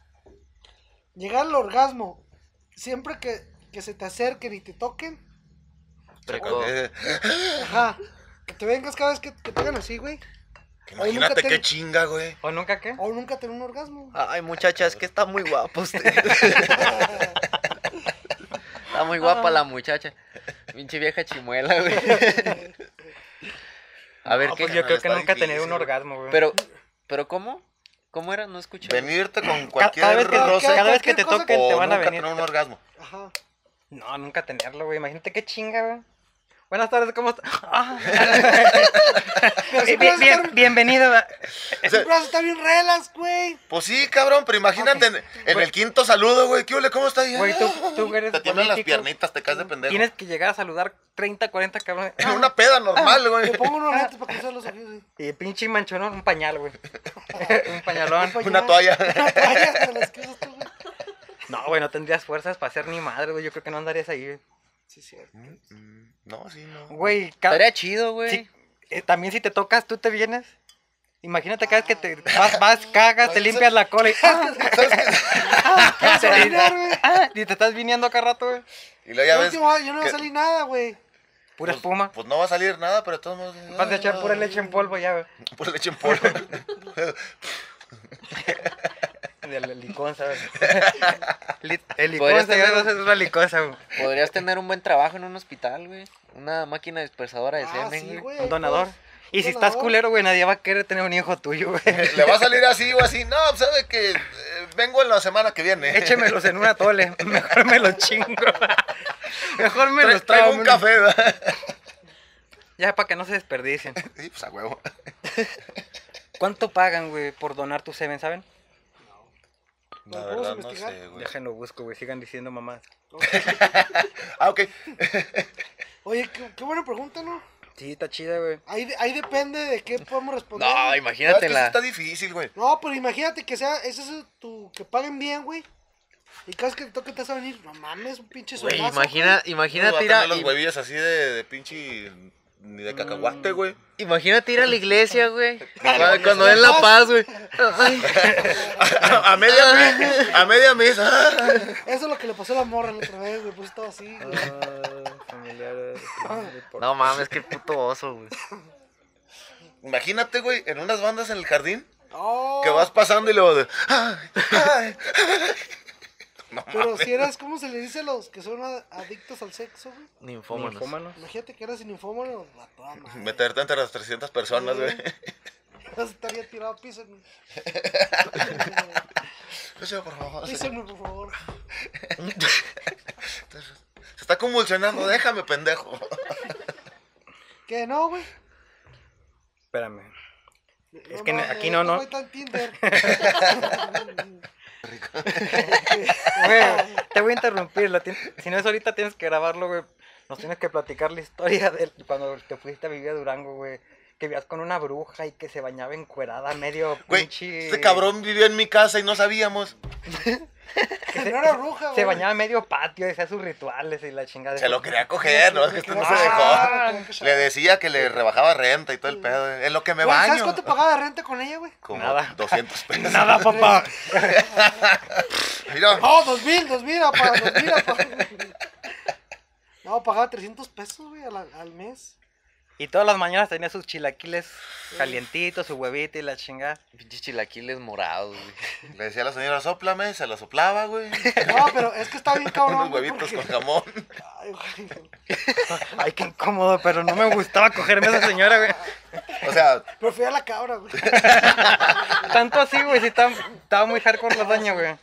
S5: ¿Llegar al orgasmo siempre que, que se te acerquen y te toquen?
S7: Precoz.
S4: Eh,
S5: Ajá. Que te vengas cada vez que, que te hagan así, güey.
S4: Imagínate
S5: te-
S4: qué chinga, güey.
S6: ¿O nunca qué?
S5: O nunca tener un orgasmo.
S7: Ay, muchachas, que está muy guapo usted. está
S6: Ah.
S7: muy guapa la muchacha. Pinche vieja chimuela, güey. A ver,
S4: No,
S7: ¿qué?
S6: Pues yo
S4: carnal,
S6: creo que
S4: está
S6: nunca tener
S4: difícil,
S6: un
S4: güey.
S6: orgasmo, güey.
S7: Pero, ¿pero cómo? ¿Cómo era? No escuché.
S4: Venirte con
S6: Ca- cada
S4: cualquier
S6: vez que,
S4: roce
S6: cada vez que
S5: cualquier
S6: te
S5: cosa
S6: toquen
S4: o
S6: te van a
S4: nunca
S6: venir.
S4: tener un orgasmo.
S5: Ajá.
S6: No, nunca tenerlo, güey. Imagínate qué chinga, güey. Buenas tardes, ¿cómo Ah. estás?
S5: Pero siempre vas a estar-
S6: bienvenido. va.
S5: siempre vas a estar bien relax, güey.
S4: Pues sí, cabrón, pero imagínate en, en el quinto saludo, güey. ¿Qué ole? ¿Cómo Ah. estás?
S6: Pues- Güey, tú, tú eres
S4: Te tiemblan las
S6: político.
S4: piernitas, te caes de pendejo.
S6: Tienes que llegar a saludar 30, 40 cabrones. Ah,
S4: En Ah, una peda normal, güey.
S5: Te pongo unos lentes para cruzar los ojos, güey.
S6: Y pinche manchonón, un pañal, güey. un pañalón.
S4: Una toalla.
S5: Una toalla de las que usas tú, güey.
S6: No, güey, no tendrías fuerzas para hacer ni madre, güey. Yo creo que no andarías ahí, güey.
S5: Sí, es cierto.
S4: Mm, No, sí, no.
S6: Güey, ca-
S7: Estaría chido, güey.
S6: Sí. eh, también si te tocas, tú te vienes. Imagínate cada vez que te vas, vas cagas, te limpias la cola y. Ah, te-
S5: orinar, güey.
S6: ah, y te estás viniendo acá rato, güey.
S4: Y luego ya
S5: La
S4: ves.
S5: última, yo no
S4: que-
S5: salí nada, güey.
S6: Pura espuma.
S4: Pues no va a salir nada, pero de todos modos.
S6: Vas a echar pura leche en polvo ya, güey.
S4: Pura leche en polvo.
S6: De la liconza, güey. Li- El este
S7: Podrías
S6: liconza, ya
S7: tener-
S6: vas a hacer una liconza, güey.
S7: Podrías tener un buen trabajo en un hospital, güey. Una máquina dispersadora de
S5: Ah,
S7: semen,
S5: sí,
S7: güey.
S5: güey.
S6: Un donador.
S5: pues,
S6: Y si
S5: donador.
S6: estás culero, güey, nadie va a querer tener un hijo tuyo, güey.
S4: Le va a salir así o así. No, pues, sabe que eh, vengo en la semana que viene.
S6: Échemelos en una tole. Mejor me los chingo. Mejor me
S4: Tra-
S6: los
S4: traigo
S6: trago.
S4: un
S6: me los-
S4: café, ¿verdad?
S6: Ya para que no se desperdicien.
S4: Sí, pues a huevo.
S6: ¿Cuánto pagan, güey, por donar tu semen, saben?
S5: ¿Lo
S4: La
S5: podemos
S4: verdad, no
S5: investigar?
S4: sé, güey.
S6: Déjenlo busco, güey. Sigan diciendo mamás.
S4: Ah, ok.
S5: Oye, qué, qué buena pregunta, ¿no?
S6: Sí, está chida, güey.
S5: Ahí, de- ahí depende de qué podemos responder.
S7: No,
S5: güey.
S4: No, es que
S7: imagínate
S4: sí
S7: la.
S4: Está difícil, güey.
S5: No, pero imagínate que sea, ese es tu, que paguen bien, güey. Y cada vez que te toque te vas a venir, no mames, un pinche
S7: Güey,
S5: sueldazo,
S7: imagina,
S5: güey.
S4: Va a
S7: imagínate ir
S4: tener
S7: a.
S4: los
S7: y-
S4: huevillos así de, de pinche ni de cacahuate, güey.
S7: Imagínate ir a la iglesia, güey.
S4: Claro,
S7: Cuando
S4: ya
S7: den la
S5: sabes.
S7: paz, güey. Ay,
S4: a media a media misa.
S5: Eso es lo que le pasó a la morra la otra vez, güey. Pues todo así. güey.
S4: Ah.
S7: No mames, qué puto oso, güey.
S4: Imagínate, güey, en unas bandas en el jardín
S5: Oh,
S4: que vas pasando y luego de, "Ay, ay".
S5: Pero si eras, ¿cómo se le dice a los que son a- adictos al sexo, güey?
S7: Ninfómanos.
S6: Ninfómanos.
S5: Imagínate que eras sin infómano, la toda madre.
S4: meterte entre las 300 personas, güey.
S5: Vas a estar ya tirado, písenme.
S4: Eso, por favor. Se
S5: Písenme, por favor.
S4: se está convulsionando, déjame, pendejo.
S5: ¿Qué? No, güey.
S6: Espérame. Es que aquí
S5: eh,
S6: no,
S5: este
S6: no.
S5: güey está en Tinder.
S6: Güey, te voy a interrumpir. la tien- Si no es ahorita, tienes que grabarlo, güey. Nos tienes que platicar la historia de cuando te fuiste a vivir a Durango, güey. Que vivías con una bruja y que se bañaba encuerada, medio
S4: Güey,
S6: pinche-
S4: este cabrón vivió en mi casa y no sabíamos.
S5: Que no era bruja, güey.
S6: Se bañaba en medio patio, hacía sus rituales y la chingada. Ah,
S4: Se lo quería coger, ¿no? Es que este no se dejó.
S5: Ah,
S4: Le decía que le rebajaba renta y todo el pedo. Es lo que me
S5: Güey,
S4: baño.
S5: ¿Sabes cuánto pagaba de renta con ella, güey?
S4: Como
S6: Nada.
S4: 200 pesos.
S6: Nada, papá.
S4: Mira,
S5: No, dos mil, dos mil, apa, dos mil, apa. No, pagaba 300 pesos, güey, al, al mes.
S6: Y todas las mañanas tenía sus chilaquiles calientitos, su huevito y la chingada.
S7: Pinches chilaquiles morados, güey.
S4: le decía a la señora, soplame, se lo soplaba, güey.
S5: No, pero es que está bien cabrón.
S4: Unos
S5: güey,
S4: huevitos
S5: porque-
S4: con jamón.
S5: Ay, güey.
S6: Ay, qué incómodo, pero no me gustaba cogerme a esa señora, güey.
S4: O sea,
S5: Prefiero a la cabra, güey.
S6: Tanto así, güey, sí estaba, estaba muy hardcore la doña, güey.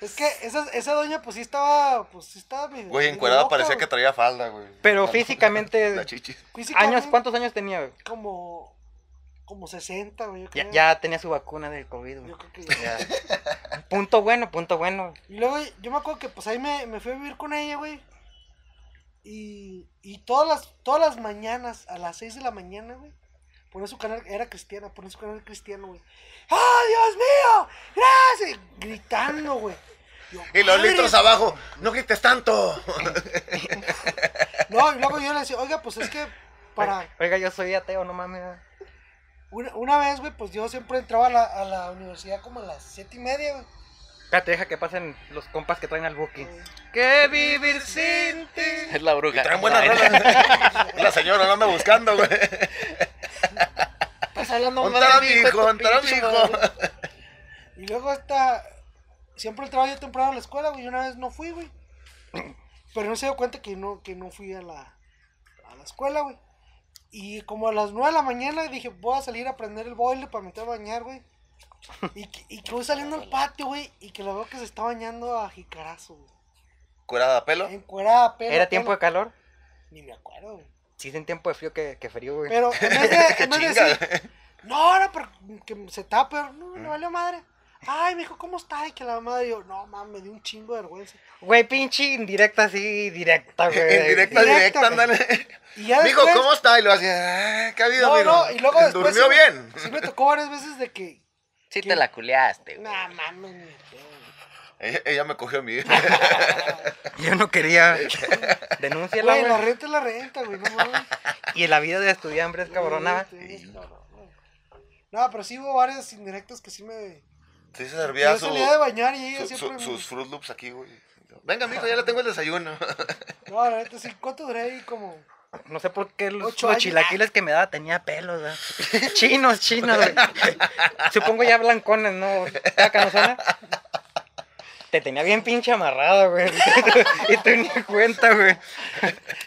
S5: Es que esa, esa doña, pues sí estaba. Pues sí estaba. medio-
S4: güey,
S5: medio
S4: encuerada
S5: loca,
S4: parecía
S5: güey.
S4: que traía falda, güey.
S6: Pero
S4: La- La
S6: físicamente,
S4: chichis.
S5: Físicamente,
S6: años, ¿cuántos años tenía, güey?
S5: Como. Como 60, güey. yo
S6: Ya,
S5: creo.
S6: ya tenía su vacuna del COVID, güey.
S5: Yo creo que ya.
S6: Punto bueno, punto bueno.
S5: Y luego yo me acuerdo que pues ahí me, me fui a vivir con ella, güey. Y, y todas las todas las mañanas, a las 6 de la mañana, güey. Ponía su canal, era cristiana, ponía su canal cristiano, güey. ¡Ah, Dios mío! ¡Gracias! Gritando, güey. Yo,
S4: Y los
S5: "Madre".
S4: litros abajo, no grites tanto.
S5: No, y luego yo le decía, oiga, pues es que para...
S6: Oiga, yo soy ateo, no mames.
S5: Una, una vez, güey, pues yo siempre entraba a la, a la universidad como a las siete y media, güey.
S6: Espérate, deja que pasen los compas que traen al Buki.
S5: Eh,
S6: Que vivir sin ti.
S7: Es la
S4: Y
S7: bruja.
S4: traen buenas rolas. La señora lo anda buscando, güey.
S5: Estás hablando
S4: ¿Dónde
S5: mal
S4: estará
S5: de
S4: mi
S5: mí,
S4: hijo?
S5: hijo
S4: ¿Dónde
S5: de
S4: estará
S5: tu
S4: mi
S5: pinche
S4: hijo?
S5: madre. Y luego hasta. Siempre entraba yo temprano a la escuela, güey. Y una vez no fui, güey. Pero no se dio cuenta que no, que no fui a la, a la escuela, güey. Y como a las 9 de la mañana dije, voy a salir a prender el boiler para meter a bañar, güey. Y que, y que voy saliendo al patio, güey. Y que la veo que se está bañando a jicarazo, güey.
S4: Curada a pelo.
S5: Encuerada, pelo.
S6: ¿Era tiempo de
S5: pelo.
S6: calor?
S5: Ni me acuerdo, güey.
S6: Sí, es en tiempo de frío que, que frío, güey.
S5: Pero en vez de, en vez de
S4: Chinga.
S5: decir, no, no, pero que se tapa, pero no, le valió madre. Ay, me dijo, ¿cómo está? Y que la madre, yo, no, mames, me dio un chingo de vergüenza.
S6: Güey, pinche indirecta, sí, directa, güey.
S4: Indirecta,
S5: Directa,
S4: directa,
S5: güey.
S4: ándale.
S5: Y ya
S4: Digo,
S5: después-
S4: ¿cómo está? Y lo hacía, "Ah, ¿qué ha habido,
S5: No,
S4: mijo?"
S5: no, y luego después.
S4: Durmió
S5: sí me-
S4: bien.
S5: Sí me tocó varias veces de que,
S7: Sí te la culeaste, güey.
S5: nah, mames, ni de pedo, güey.
S4: Ella, Eh, ella me cogió a mí.
S6: Yo no quería. Denúnciala,
S5: Güey, la
S6: güey.
S5: renta es la renta, güey, no mames.
S6: Y la vida de estudiante es cabrona.
S5: Sí, No, no, no. No, pero sí hubo varias indirectas que sí me.
S4: Sí se
S5: Yo
S4: servía su,
S5: salía de bañar y
S4: su-
S5: ella siempre.
S4: su-
S5: me-
S4: sus Fruit Loops aquí, güey. Venga, mijo, ya le tengo el desayuno.
S5: No, la neta, sí. ¿Cuánto duré ahí? Como.
S6: No sé por qué los,
S5: Ocho
S6: los
S5: años.
S6: chilaquiles que me daba tenía pelos. ¿verdad? Chinos, chinos. güey. Supongo ya blancones, ¿no? Canosana. Te tenía bien pinche amarrado, güey. y tú ni cuenta, güey.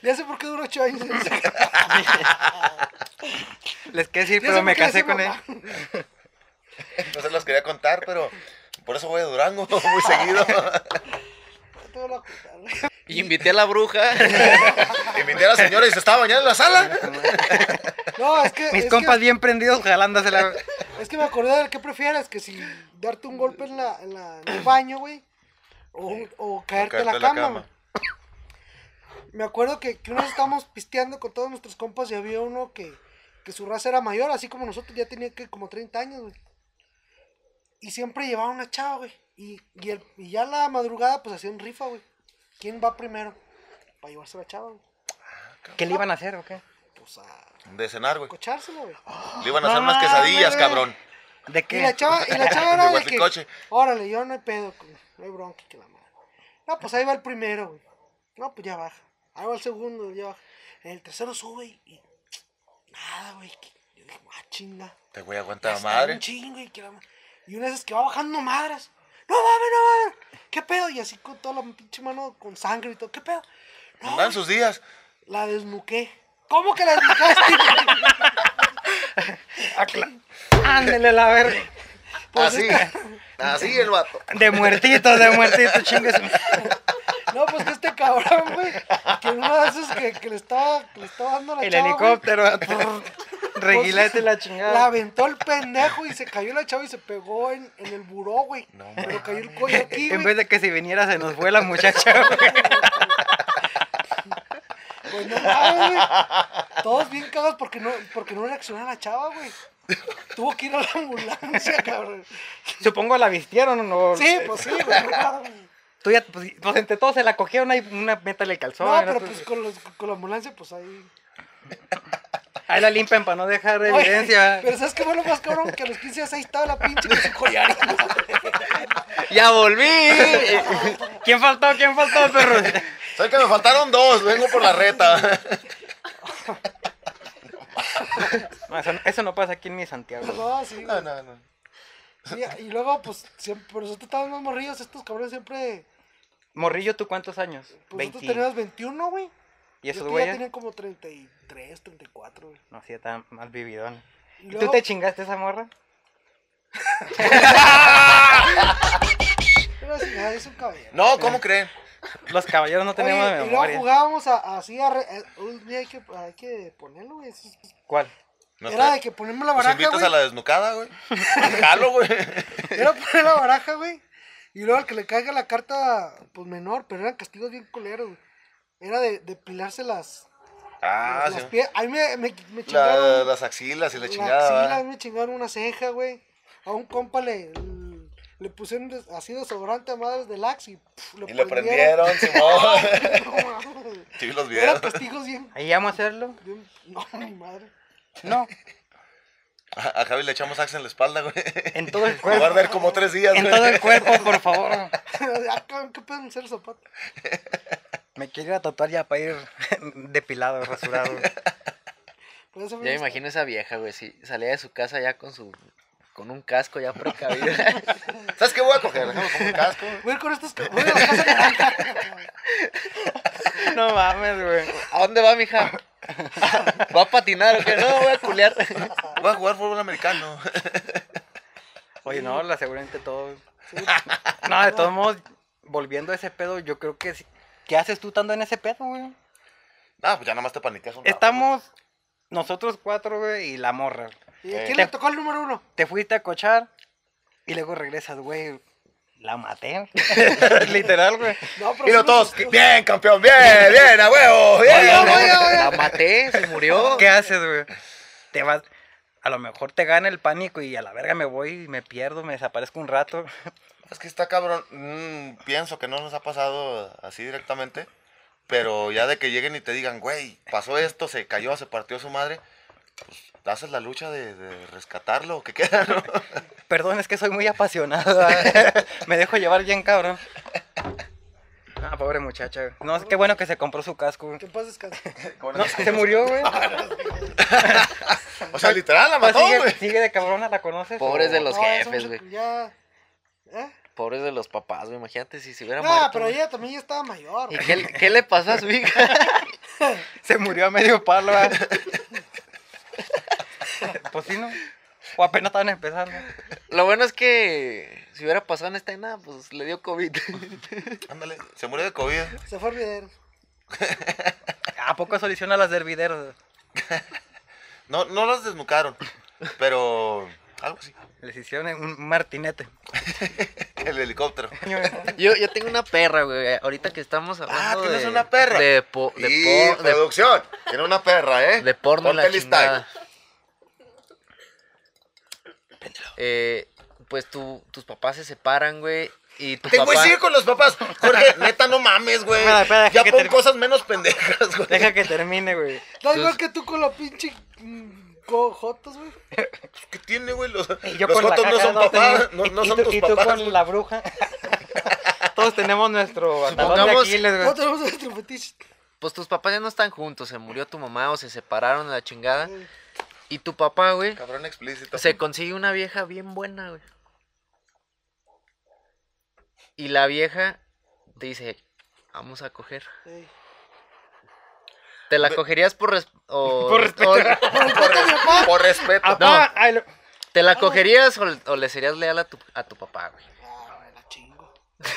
S5: Ya sé por qué duró ocho años.
S6: Les quiero decir,
S5: Ya
S6: pero
S5: sé
S6: me
S5: por qué le
S6: casé con él.
S5: decimos "Ah,
S4: No se los quería contar, pero por eso voy a Durango muy seguido.
S5: Ya te voy a contar, güey.
S7: Y invité a la bruja.
S4: Invité a la señora y se estaba bañando en la sala.
S5: No, es que.
S6: Mis
S5: es
S6: compas
S5: que-
S6: bien prendidos jalándosela. güey.
S5: Es que me acordé del que prefieres, que si darte un golpe en, la, en, la- en el baño, güey, o, o caerte en la cama, güey. Me acuerdo que, que una vez estábamos pisteando con todos nuestros compas y había uno que, que su raza era mayor, así como nosotros, ya tenía que como 30 años, güey. Y siempre llevaba una chava, güey. Y, y, el- y ya la madrugada, pues hacían rifa, güey. ¿Quién va primero? Para llevarse la chava, güey.
S6: ¿Qué le iban a hacer o qué?
S5: pues a
S4: De cenar, güey.
S5: cochársela, güey.
S4: Le iban a hacer unas
S5: mames,
S4: quesadillas,
S5: güey.
S4: cabrón.
S6: ¿De
S5: Y
S6: qué?
S5: la chava, y la chava era
S4: De
S5: de que,
S4: Huatlicoche.
S5: órale, yo no hay pedo, güey, no hay bronca que la madre. No, pues ahí va el primero, güey. No, pues ya baja. Ahí va el segundo, ya baja. En el tercero sube y- y nada, güey. que- Yo dije, ah, chinga.
S4: Te voy a aguantar
S5: Está
S4: madre.
S5: Un chingo y, que la ma- y una vez que va bajando madras. No mames, no mames. ¿Qué pedo? Y así con toda la pinche mano con sangre y todo. ¿Qué pedo? No,
S4: Andan
S5: güey,
S4: sus días.
S5: la desnuqué. ¿Cómo que la desnucaste?
S4: Ah,
S6: Ándele la verga.
S5: Pues
S4: Así. Así el vato.
S6: De muertito, de muertito, chingues.
S5: no, pues que este cabrón, güey. Que en una de esas que, que le, estaba, que le estaba dando la
S6: El
S5: chava, güey, Pues,
S6: helicóptero. Reguilete la
S5: La
S6: chingada.
S5: aventó el pendejo y se cayó la chava y se pegó en, en el buró, güey.
S4: No,
S5: Pero cayó el cuello aquí,
S6: En
S5: güey.
S6: vez de que si viniera se nos fue la muchacha. güey.
S5: Pues no mames, güey. Todos bien cagados porque no, porque no reaccionaba la chava, güey. Tuvo que ir a la ambulancia, cabrón.
S6: Supongo la vistieron o no.
S5: Sí, pues sí, güey. no mames.
S6: Tú ya, pues, pues, entre todos se la cogieron ahí una meta el calzón.
S5: No,
S6: ¿no?
S5: pero
S6: Tú-
S5: pues con, los- con la ambulancia, pues ahí.
S6: Ahí la limpian para no dejar
S5: Oye,
S6: evidencia.
S5: Pero ¿sabes qué fue lo más cabrón? Que a los 15 días ahí estaba la pinche con su collar.
S7: ¡Ya volví!
S6: ¿Quién faltó? ¿Quién faltó, perro?
S4: ¿Sabes que me faltaron dos? Vengo por la reta.
S6: No, eso, no- eso no pasa aquí en mi Santiago.
S5: Pues No, sí, güey.
S4: No, no, no.
S5: Sí, y luego, pues, siempre, pero nosotros estábamos más morrillos, estos cabrones siempre.
S6: Morrillo, ¿tú cuántos años?
S5: Pues nosotros
S6: 20.
S5: teníamos 21, güey.
S6: ¿Y esos
S5: Estos ya
S6: güeyes?
S5: tenían como 33, 34, güey.
S6: No, sí, está más vividón.
S5: Y
S6: ¿Y
S5: luego-
S6: tú te chingaste esa morra?
S5: Pero sí, ah, es un caballero.
S4: No, ¿cómo creen?
S6: Los caballeros no tenemos
S5: Oye, y luego
S6: memoria.
S5: jugábamos a- así a... re- a- un día hay que, hay que ponerlo, güey. eso es-
S6: ¿Cuál?
S4: Nos
S5: Era
S4: tra-
S5: de que ponemos la
S4: Nos
S5: baraja,
S4: invitas
S5: güey.
S4: a la desnucada, güey. Jalo, güey.
S5: Era poner la baraja, güey. Y luego al que le caiga la carta, pues menor, pero eran castigos bien culeros, güey. Era de, de pilarse las,
S4: Ah,
S5: las
S4: sí.
S5: pie- A mí me, me, me
S4: La-
S5: chingaron
S4: las axilas y la
S5: la
S4: chingada.
S5: axila, a
S4: ¿verdad?
S5: mí me chingaron una ceja, güey. A un compa le, le pusieron des- así desodorante a madres del lax y pff,
S4: Y le prendieron, Simón.
S5: No, mames.
S4: Sí, los
S5: Eran
S4: vieron.
S5: castigos bien...
S6: ¿Ahí vamos a hacerlo?
S5: bien- No, mi madre.
S6: No.
S4: A, a Javi le echamos axe en la espalda, güey.
S6: En todo el
S4: Lo va a
S6: cuerpo.
S4: arder como tres días,
S6: Pues, En
S4: güey.
S6: todo el cuerpo, por favor.
S5: ah, cabrón, ¿qué pedo en ser zapato?
S6: Me quiero ir a tatuar ya para ir depilado, rasurado.
S5: Pues eso
S7: Ya
S5: fue
S7: me
S5: mi-
S7: imagino esa vieja, güey. Si salía de su casa ya con su. Con un casco ya precavido.
S4: ¿Sabes qué voy a coger? Déjame pongo el casco.
S5: Voy a ir con estos ca- voy a ir a la casa naranja.
S6: No mames, güey.
S7: ¿A dónde va, mija? ¿Va a patinar o qué? No, voy a culear.
S4: Voy a jugar fútbol americano.
S6: Oye, no, la seguramente todo. No, de todos modos, volviendo a ese pedo, yo creo que. sí- ¿Qué haces tú tanto en ese pedo, güey?
S4: No, pues ya nomás te paniqueas un rato,
S6: Estamos nosotros cuatro, güey, y la morra.
S5: ¿Y a
S4: Eh.
S5: quién le tocó el número uno?
S6: Te fuiste a cochar y luego regresas, güey. La maté. Literal, güey.
S5: No,
S4: güey. Y
S5: no
S4: los todos, bien, campeón, bien, bien, a huevo, bien.
S7: La-
S5: Oye, oye, oye.
S7: La maté, se murió.
S6: ¿Qué haces, güey? Te vas. A lo mejor te gana el pánico y a la verga me voy y me pierdo, me desaparezco un rato.
S4: Es que está cabrón. Mm, pienso que no nos ha pasado así directamente. Pero ya de que lleguen y te digan, güey, pasó esto, se cayó, se partió su madre. Pues haces la lucha de, de rescatarlo, que queda, ¿no?
S6: Perdón, es que soy muy apasionada. me dejo llevar bien, cabrón. Ah, pobre muchacha. güey. No, es que bueno que se compró su casco. güey.
S5: Que en paz descanse.
S6: No, se murió, güey.
S4: O sea, literal, la
S6: Pues
S4: Ah, mató,
S6: sigue,
S4: güey.
S6: sigue de cabrona, ¿la conoces?
S7: Pobres
S6: o-
S7: de los
S5: No, eso
S7: jefes,
S5: mucho-
S7: güey.
S5: Ya. ¿Eh?
S7: Pobres de los papás, güey. Imagínate si se hubiera
S5: No,
S7: muerto.
S5: pero
S7: güey.
S5: ella también ya estaba mayor.
S7: ¿Y
S5: güey.
S7: qué, le- qué le pasó a su hija?
S6: Se murió a medio palo. ah. pues sí, ¿no? O apenas estaban empezando.
S7: Lo bueno es que si hubiera pasado en esta y nada, pues le dio COVID.
S4: Ándale, se murió de COVID.
S5: Se fue a olvidar.
S6: ¿A poco soluciona las dervideros?
S4: No, no las desnucaron, pero algo así.
S6: Les hicieron un un martinete.
S4: El helicóptero.
S7: Yo, yo tengo una perra, güey. Ahorita que estamos hablando
S4: Ah, ¿tienes
S7: de,
S4: una perra?
S7: De, po- de
S4: y
S7: por- de-
S4: producción. Tiene una perra, ¿eh?
S7: de porno y la
S4: Ponte el listado.
S7: chingada. Eh, pues tu- tus papás se separan, güey. Y tu
S4: Te voy a
S7: papá-
S4: seguir con los papás. Jorge, neta, no mames, güey.
S6: Espera, espera, deja
S4: Ya
S6: que
S4: pon
S6: termine.
S4: cosas menos pendejas, güey.
S6: Deja que termine, güey.
S5: Da igual que tú con la pinche mm, cojotas, güey.
S4: ¿Qué tiene, güey? Los,
S6: Y yo
S4: los
S6: con la
S4: jotos no
S6: caca
S4: son
S6: dos
S4: papás,
S6: tenía-
S4: no,
S6: y-
S4: no
S6: y
S4: son
S6: tú-
S4: tus
S6: Y tú
S4: papás.
S6: con la bruja. Todos tenemos nuestro atalón de
S7: Supongamos-
S6: Aquiles,
S5: No
S6: güey.
S5: tenemos nuestro fetiche.
S7: Pues tus papás ya no están juntos, se murió tu mamá o se separaron a la chingada. Y tu papá, güey,
S4: Cabrón explícito.
S7: se consigue una vieja bien buena, güey. Y la vieja te dice, vamos a coger.
S5: Ey.
S7: ¿Te la cogerías por, res- o-
S6: Por respeto.
S7: o-
S4: Por, res- por respeto.
S6: Apá, ay, lo-
S7: ¿Te la cogerías o, o le serías leal a tu, a tu papá, güey?
S5: Ah, me la chingo.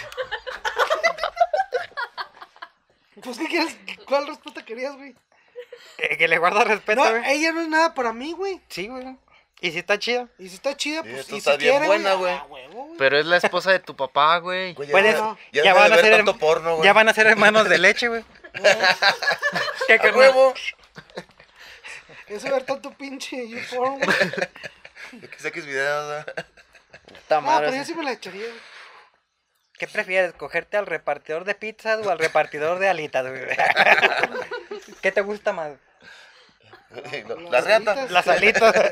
S5: pues, ¿qué quieres? ¿Cuál respuesta querías, güey?
S6: eh, Que le guarda respeto,
S5: No,
S6: güey.
S4: eh.
S5: ella no es nada para mí, güey.
S6: Sí, güey. Y si está chido.
S5: Y si está chida,
S4: Sí,
S5: pues,
S4: esto
S5: y
S4: está
S5: si
S4: bien
S5: quiere,
S4: buena, güey.
S5: ah, huevo, güey.
S7: Pero es la esposa de tu papá, güey.
S4: Güey,
S6: Pueden-
S4: ya,
S6: pues, ya
S4: ya, ya
S6: van a
S4: van a
S6: ser
S4: ver
S6: herm-
S4: tanto porno, güey.
S6: Ya van a ser hermanos de leche, güey. ¿Qué
S4: a
S6: carnal?
S4: huevo.
S5: Eso ver tanto pinche uniforme, güey.
S4: Yo que saques videos. ¿verdad? pues
S7: Puta
S5: No,
S7: madre,
S5: pero yo
S7: sí.
S5: sí me la echaría, güey.
S6: ¿Qué prefieres? ¿Cogerte al repartidor de pizzas o al repartidor de alitas, güey? ¿Qué te gusta más?
S4: Sí, no,
S5: Las
S4: La reata.
S5: alitas.
S6: Las alitas.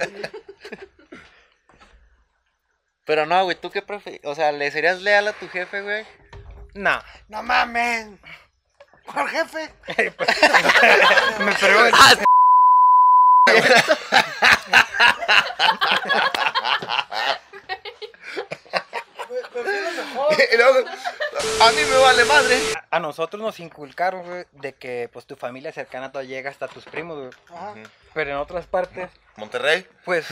S7: Pero no, güey, ¿tú qué prefieres? O sea, ¿le serías leal a tu jefe, güey?
S6: No.
S5: No mames. ¿Cuál jefe?
S6: Me pregunto.
S4: Y luego, a mí me vale madre.
S6: A nosotros nos inculcaron, güey, de que pues tu familia cercana todavía llega hasta tus primos, güey.
S5: Ajá.
S6: Pero en otras partes,
S4: Monterrey.
S6: pues,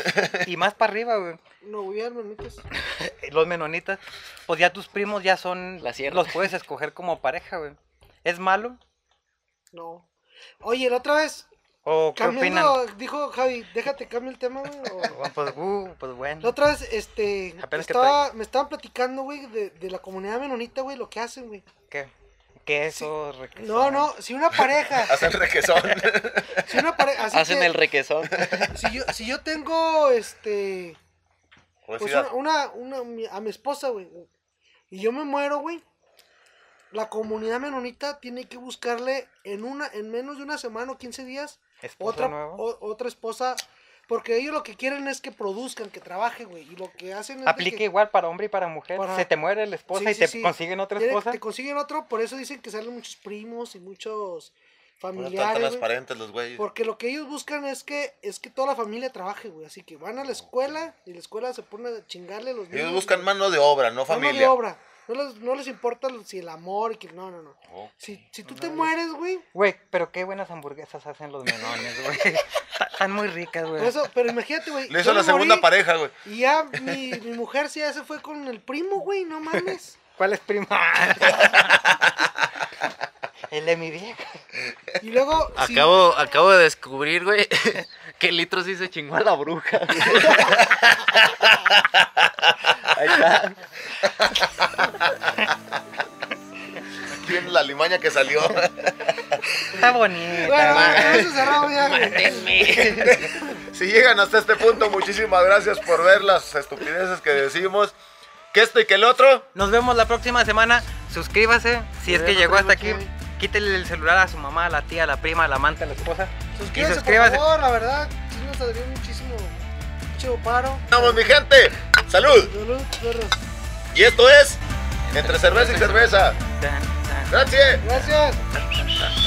S6: y más para arriba, güey.
S5: No, güey, hermanitos.
S6: eh, Los menonitas, pues ya tus primos ya son.
S7: La sierra.
S6: Los puedes escoger como pareja, güey. ¿Es malo?
S5: No. Oye, la otra vez,
S6: ¿O qué opinan?
S5: cambiando, dijo Javi, déjate, cambio el tema, güey. o-
S6: Bueno, Pues, uh, pues
S5: La
S6: bueno.
S5: otra vez, este,
S6: Apenas que
S5: estaba, me estaban platicando, güey, de, de la comunidad menonita, güey, lo que hacen, güey.
S6: ¿Qué? ¿Qué eso? requesón?
S5: No, no, si una pareja,
S4: Hacen requesón.
S5: si una pareja, así
S7: Hacen
S5: que,
S7: el requesón.
S5: si yo, si yo tengo, este,
S4: Pues
S5: pues
S4: sí,
S5: una, una, una- mi- a mi esposa, güey, y yo me muero, güey, la comunidad menonita tiene que buscarle en una, en menos de una semana o 15 días,
S6: ¿Esposo
S5: otra,
S6: nuevo?
S5: o- otra esposa, porque ellos lo que quieren es que produzcan, que trabaje, güey, y lo que hacen es de
S6: Aplica
S5: que-
S6: igual para hombre y para mujer.
S5: Para-
S6: Se te muere la esposa
S5: Sí,
S6: y
S5: sí,
S6: te
S5: sí.
S6: consiguen otra
S5: Tiene-
S6: esposa.
S5: Te consiguen otro, por eso dicen que salen muchos primos y muchos
S4: Bueno, están
S5: familiares. güey,
S4: transparentes los güeyes.
S5: porque lo que ellos buscan es que es que toda la familia trabaje, güey. Así que van a la escuela y la escuela se pone a chingarle a los niños.
S4: Ellos buscan
S5: güey.
S4: mano de obra, no
S5: Mano de
S4: familia.
S5: obra. No les, no les importa si el amor y que no, no, no.
S4: Oh.
S5: Si, si tú te mueres, güey.
S6: Güey, pero qué buenas hamburguesas hacen los menones, güey. Ta- Están muy ricas, güey.
S5: por eso- pero imagínate, güey.
S4: Le
S5: yo
S4: hizo la
S5: me morí
S4: segunda pareja, güey.
S5: Y ya mi, mi mujer sí, ya se fue con el primo, güey, no mames.
S6: ¿Cuál es prima? El de mi vieja.
S5: Y luego. si-
S7: Acabo, acabo de descubrir, güey, que Litro sí se chingó a la bruja. Ahí está.
S4: ¿Quién la limaña que salió?
S6: Está bonita.
S5: Bueno,
S6: güey.
S5: vamos a cerrar ya, güey.
S4: Si llegan hasta este punto, muchísimas gracias por ver las estupideces que decimos. Que esto y que el otro.
S6: Nos vemos la próxima semana. Suscríbase si es que
S5: Sí,
S6: llegó hasta aquí.
S5: suscríbase.
S6: Quítele el celular a su mamá, a la tía, a la prima, a la amante, a la esposa.
S5: Suscríbanse,
S6: Y suscríbase.
S5: Pues, por favor, la verdad, sí nos daría muchísimo, mucho paro.
S4: Vamos, mi gente. Salud.
S5: Salud, perros.
S4: Y esto es Entre Cerveza y Cerveza.
S6: Tan, tan.
S4: Gracias.
S5: Gracias.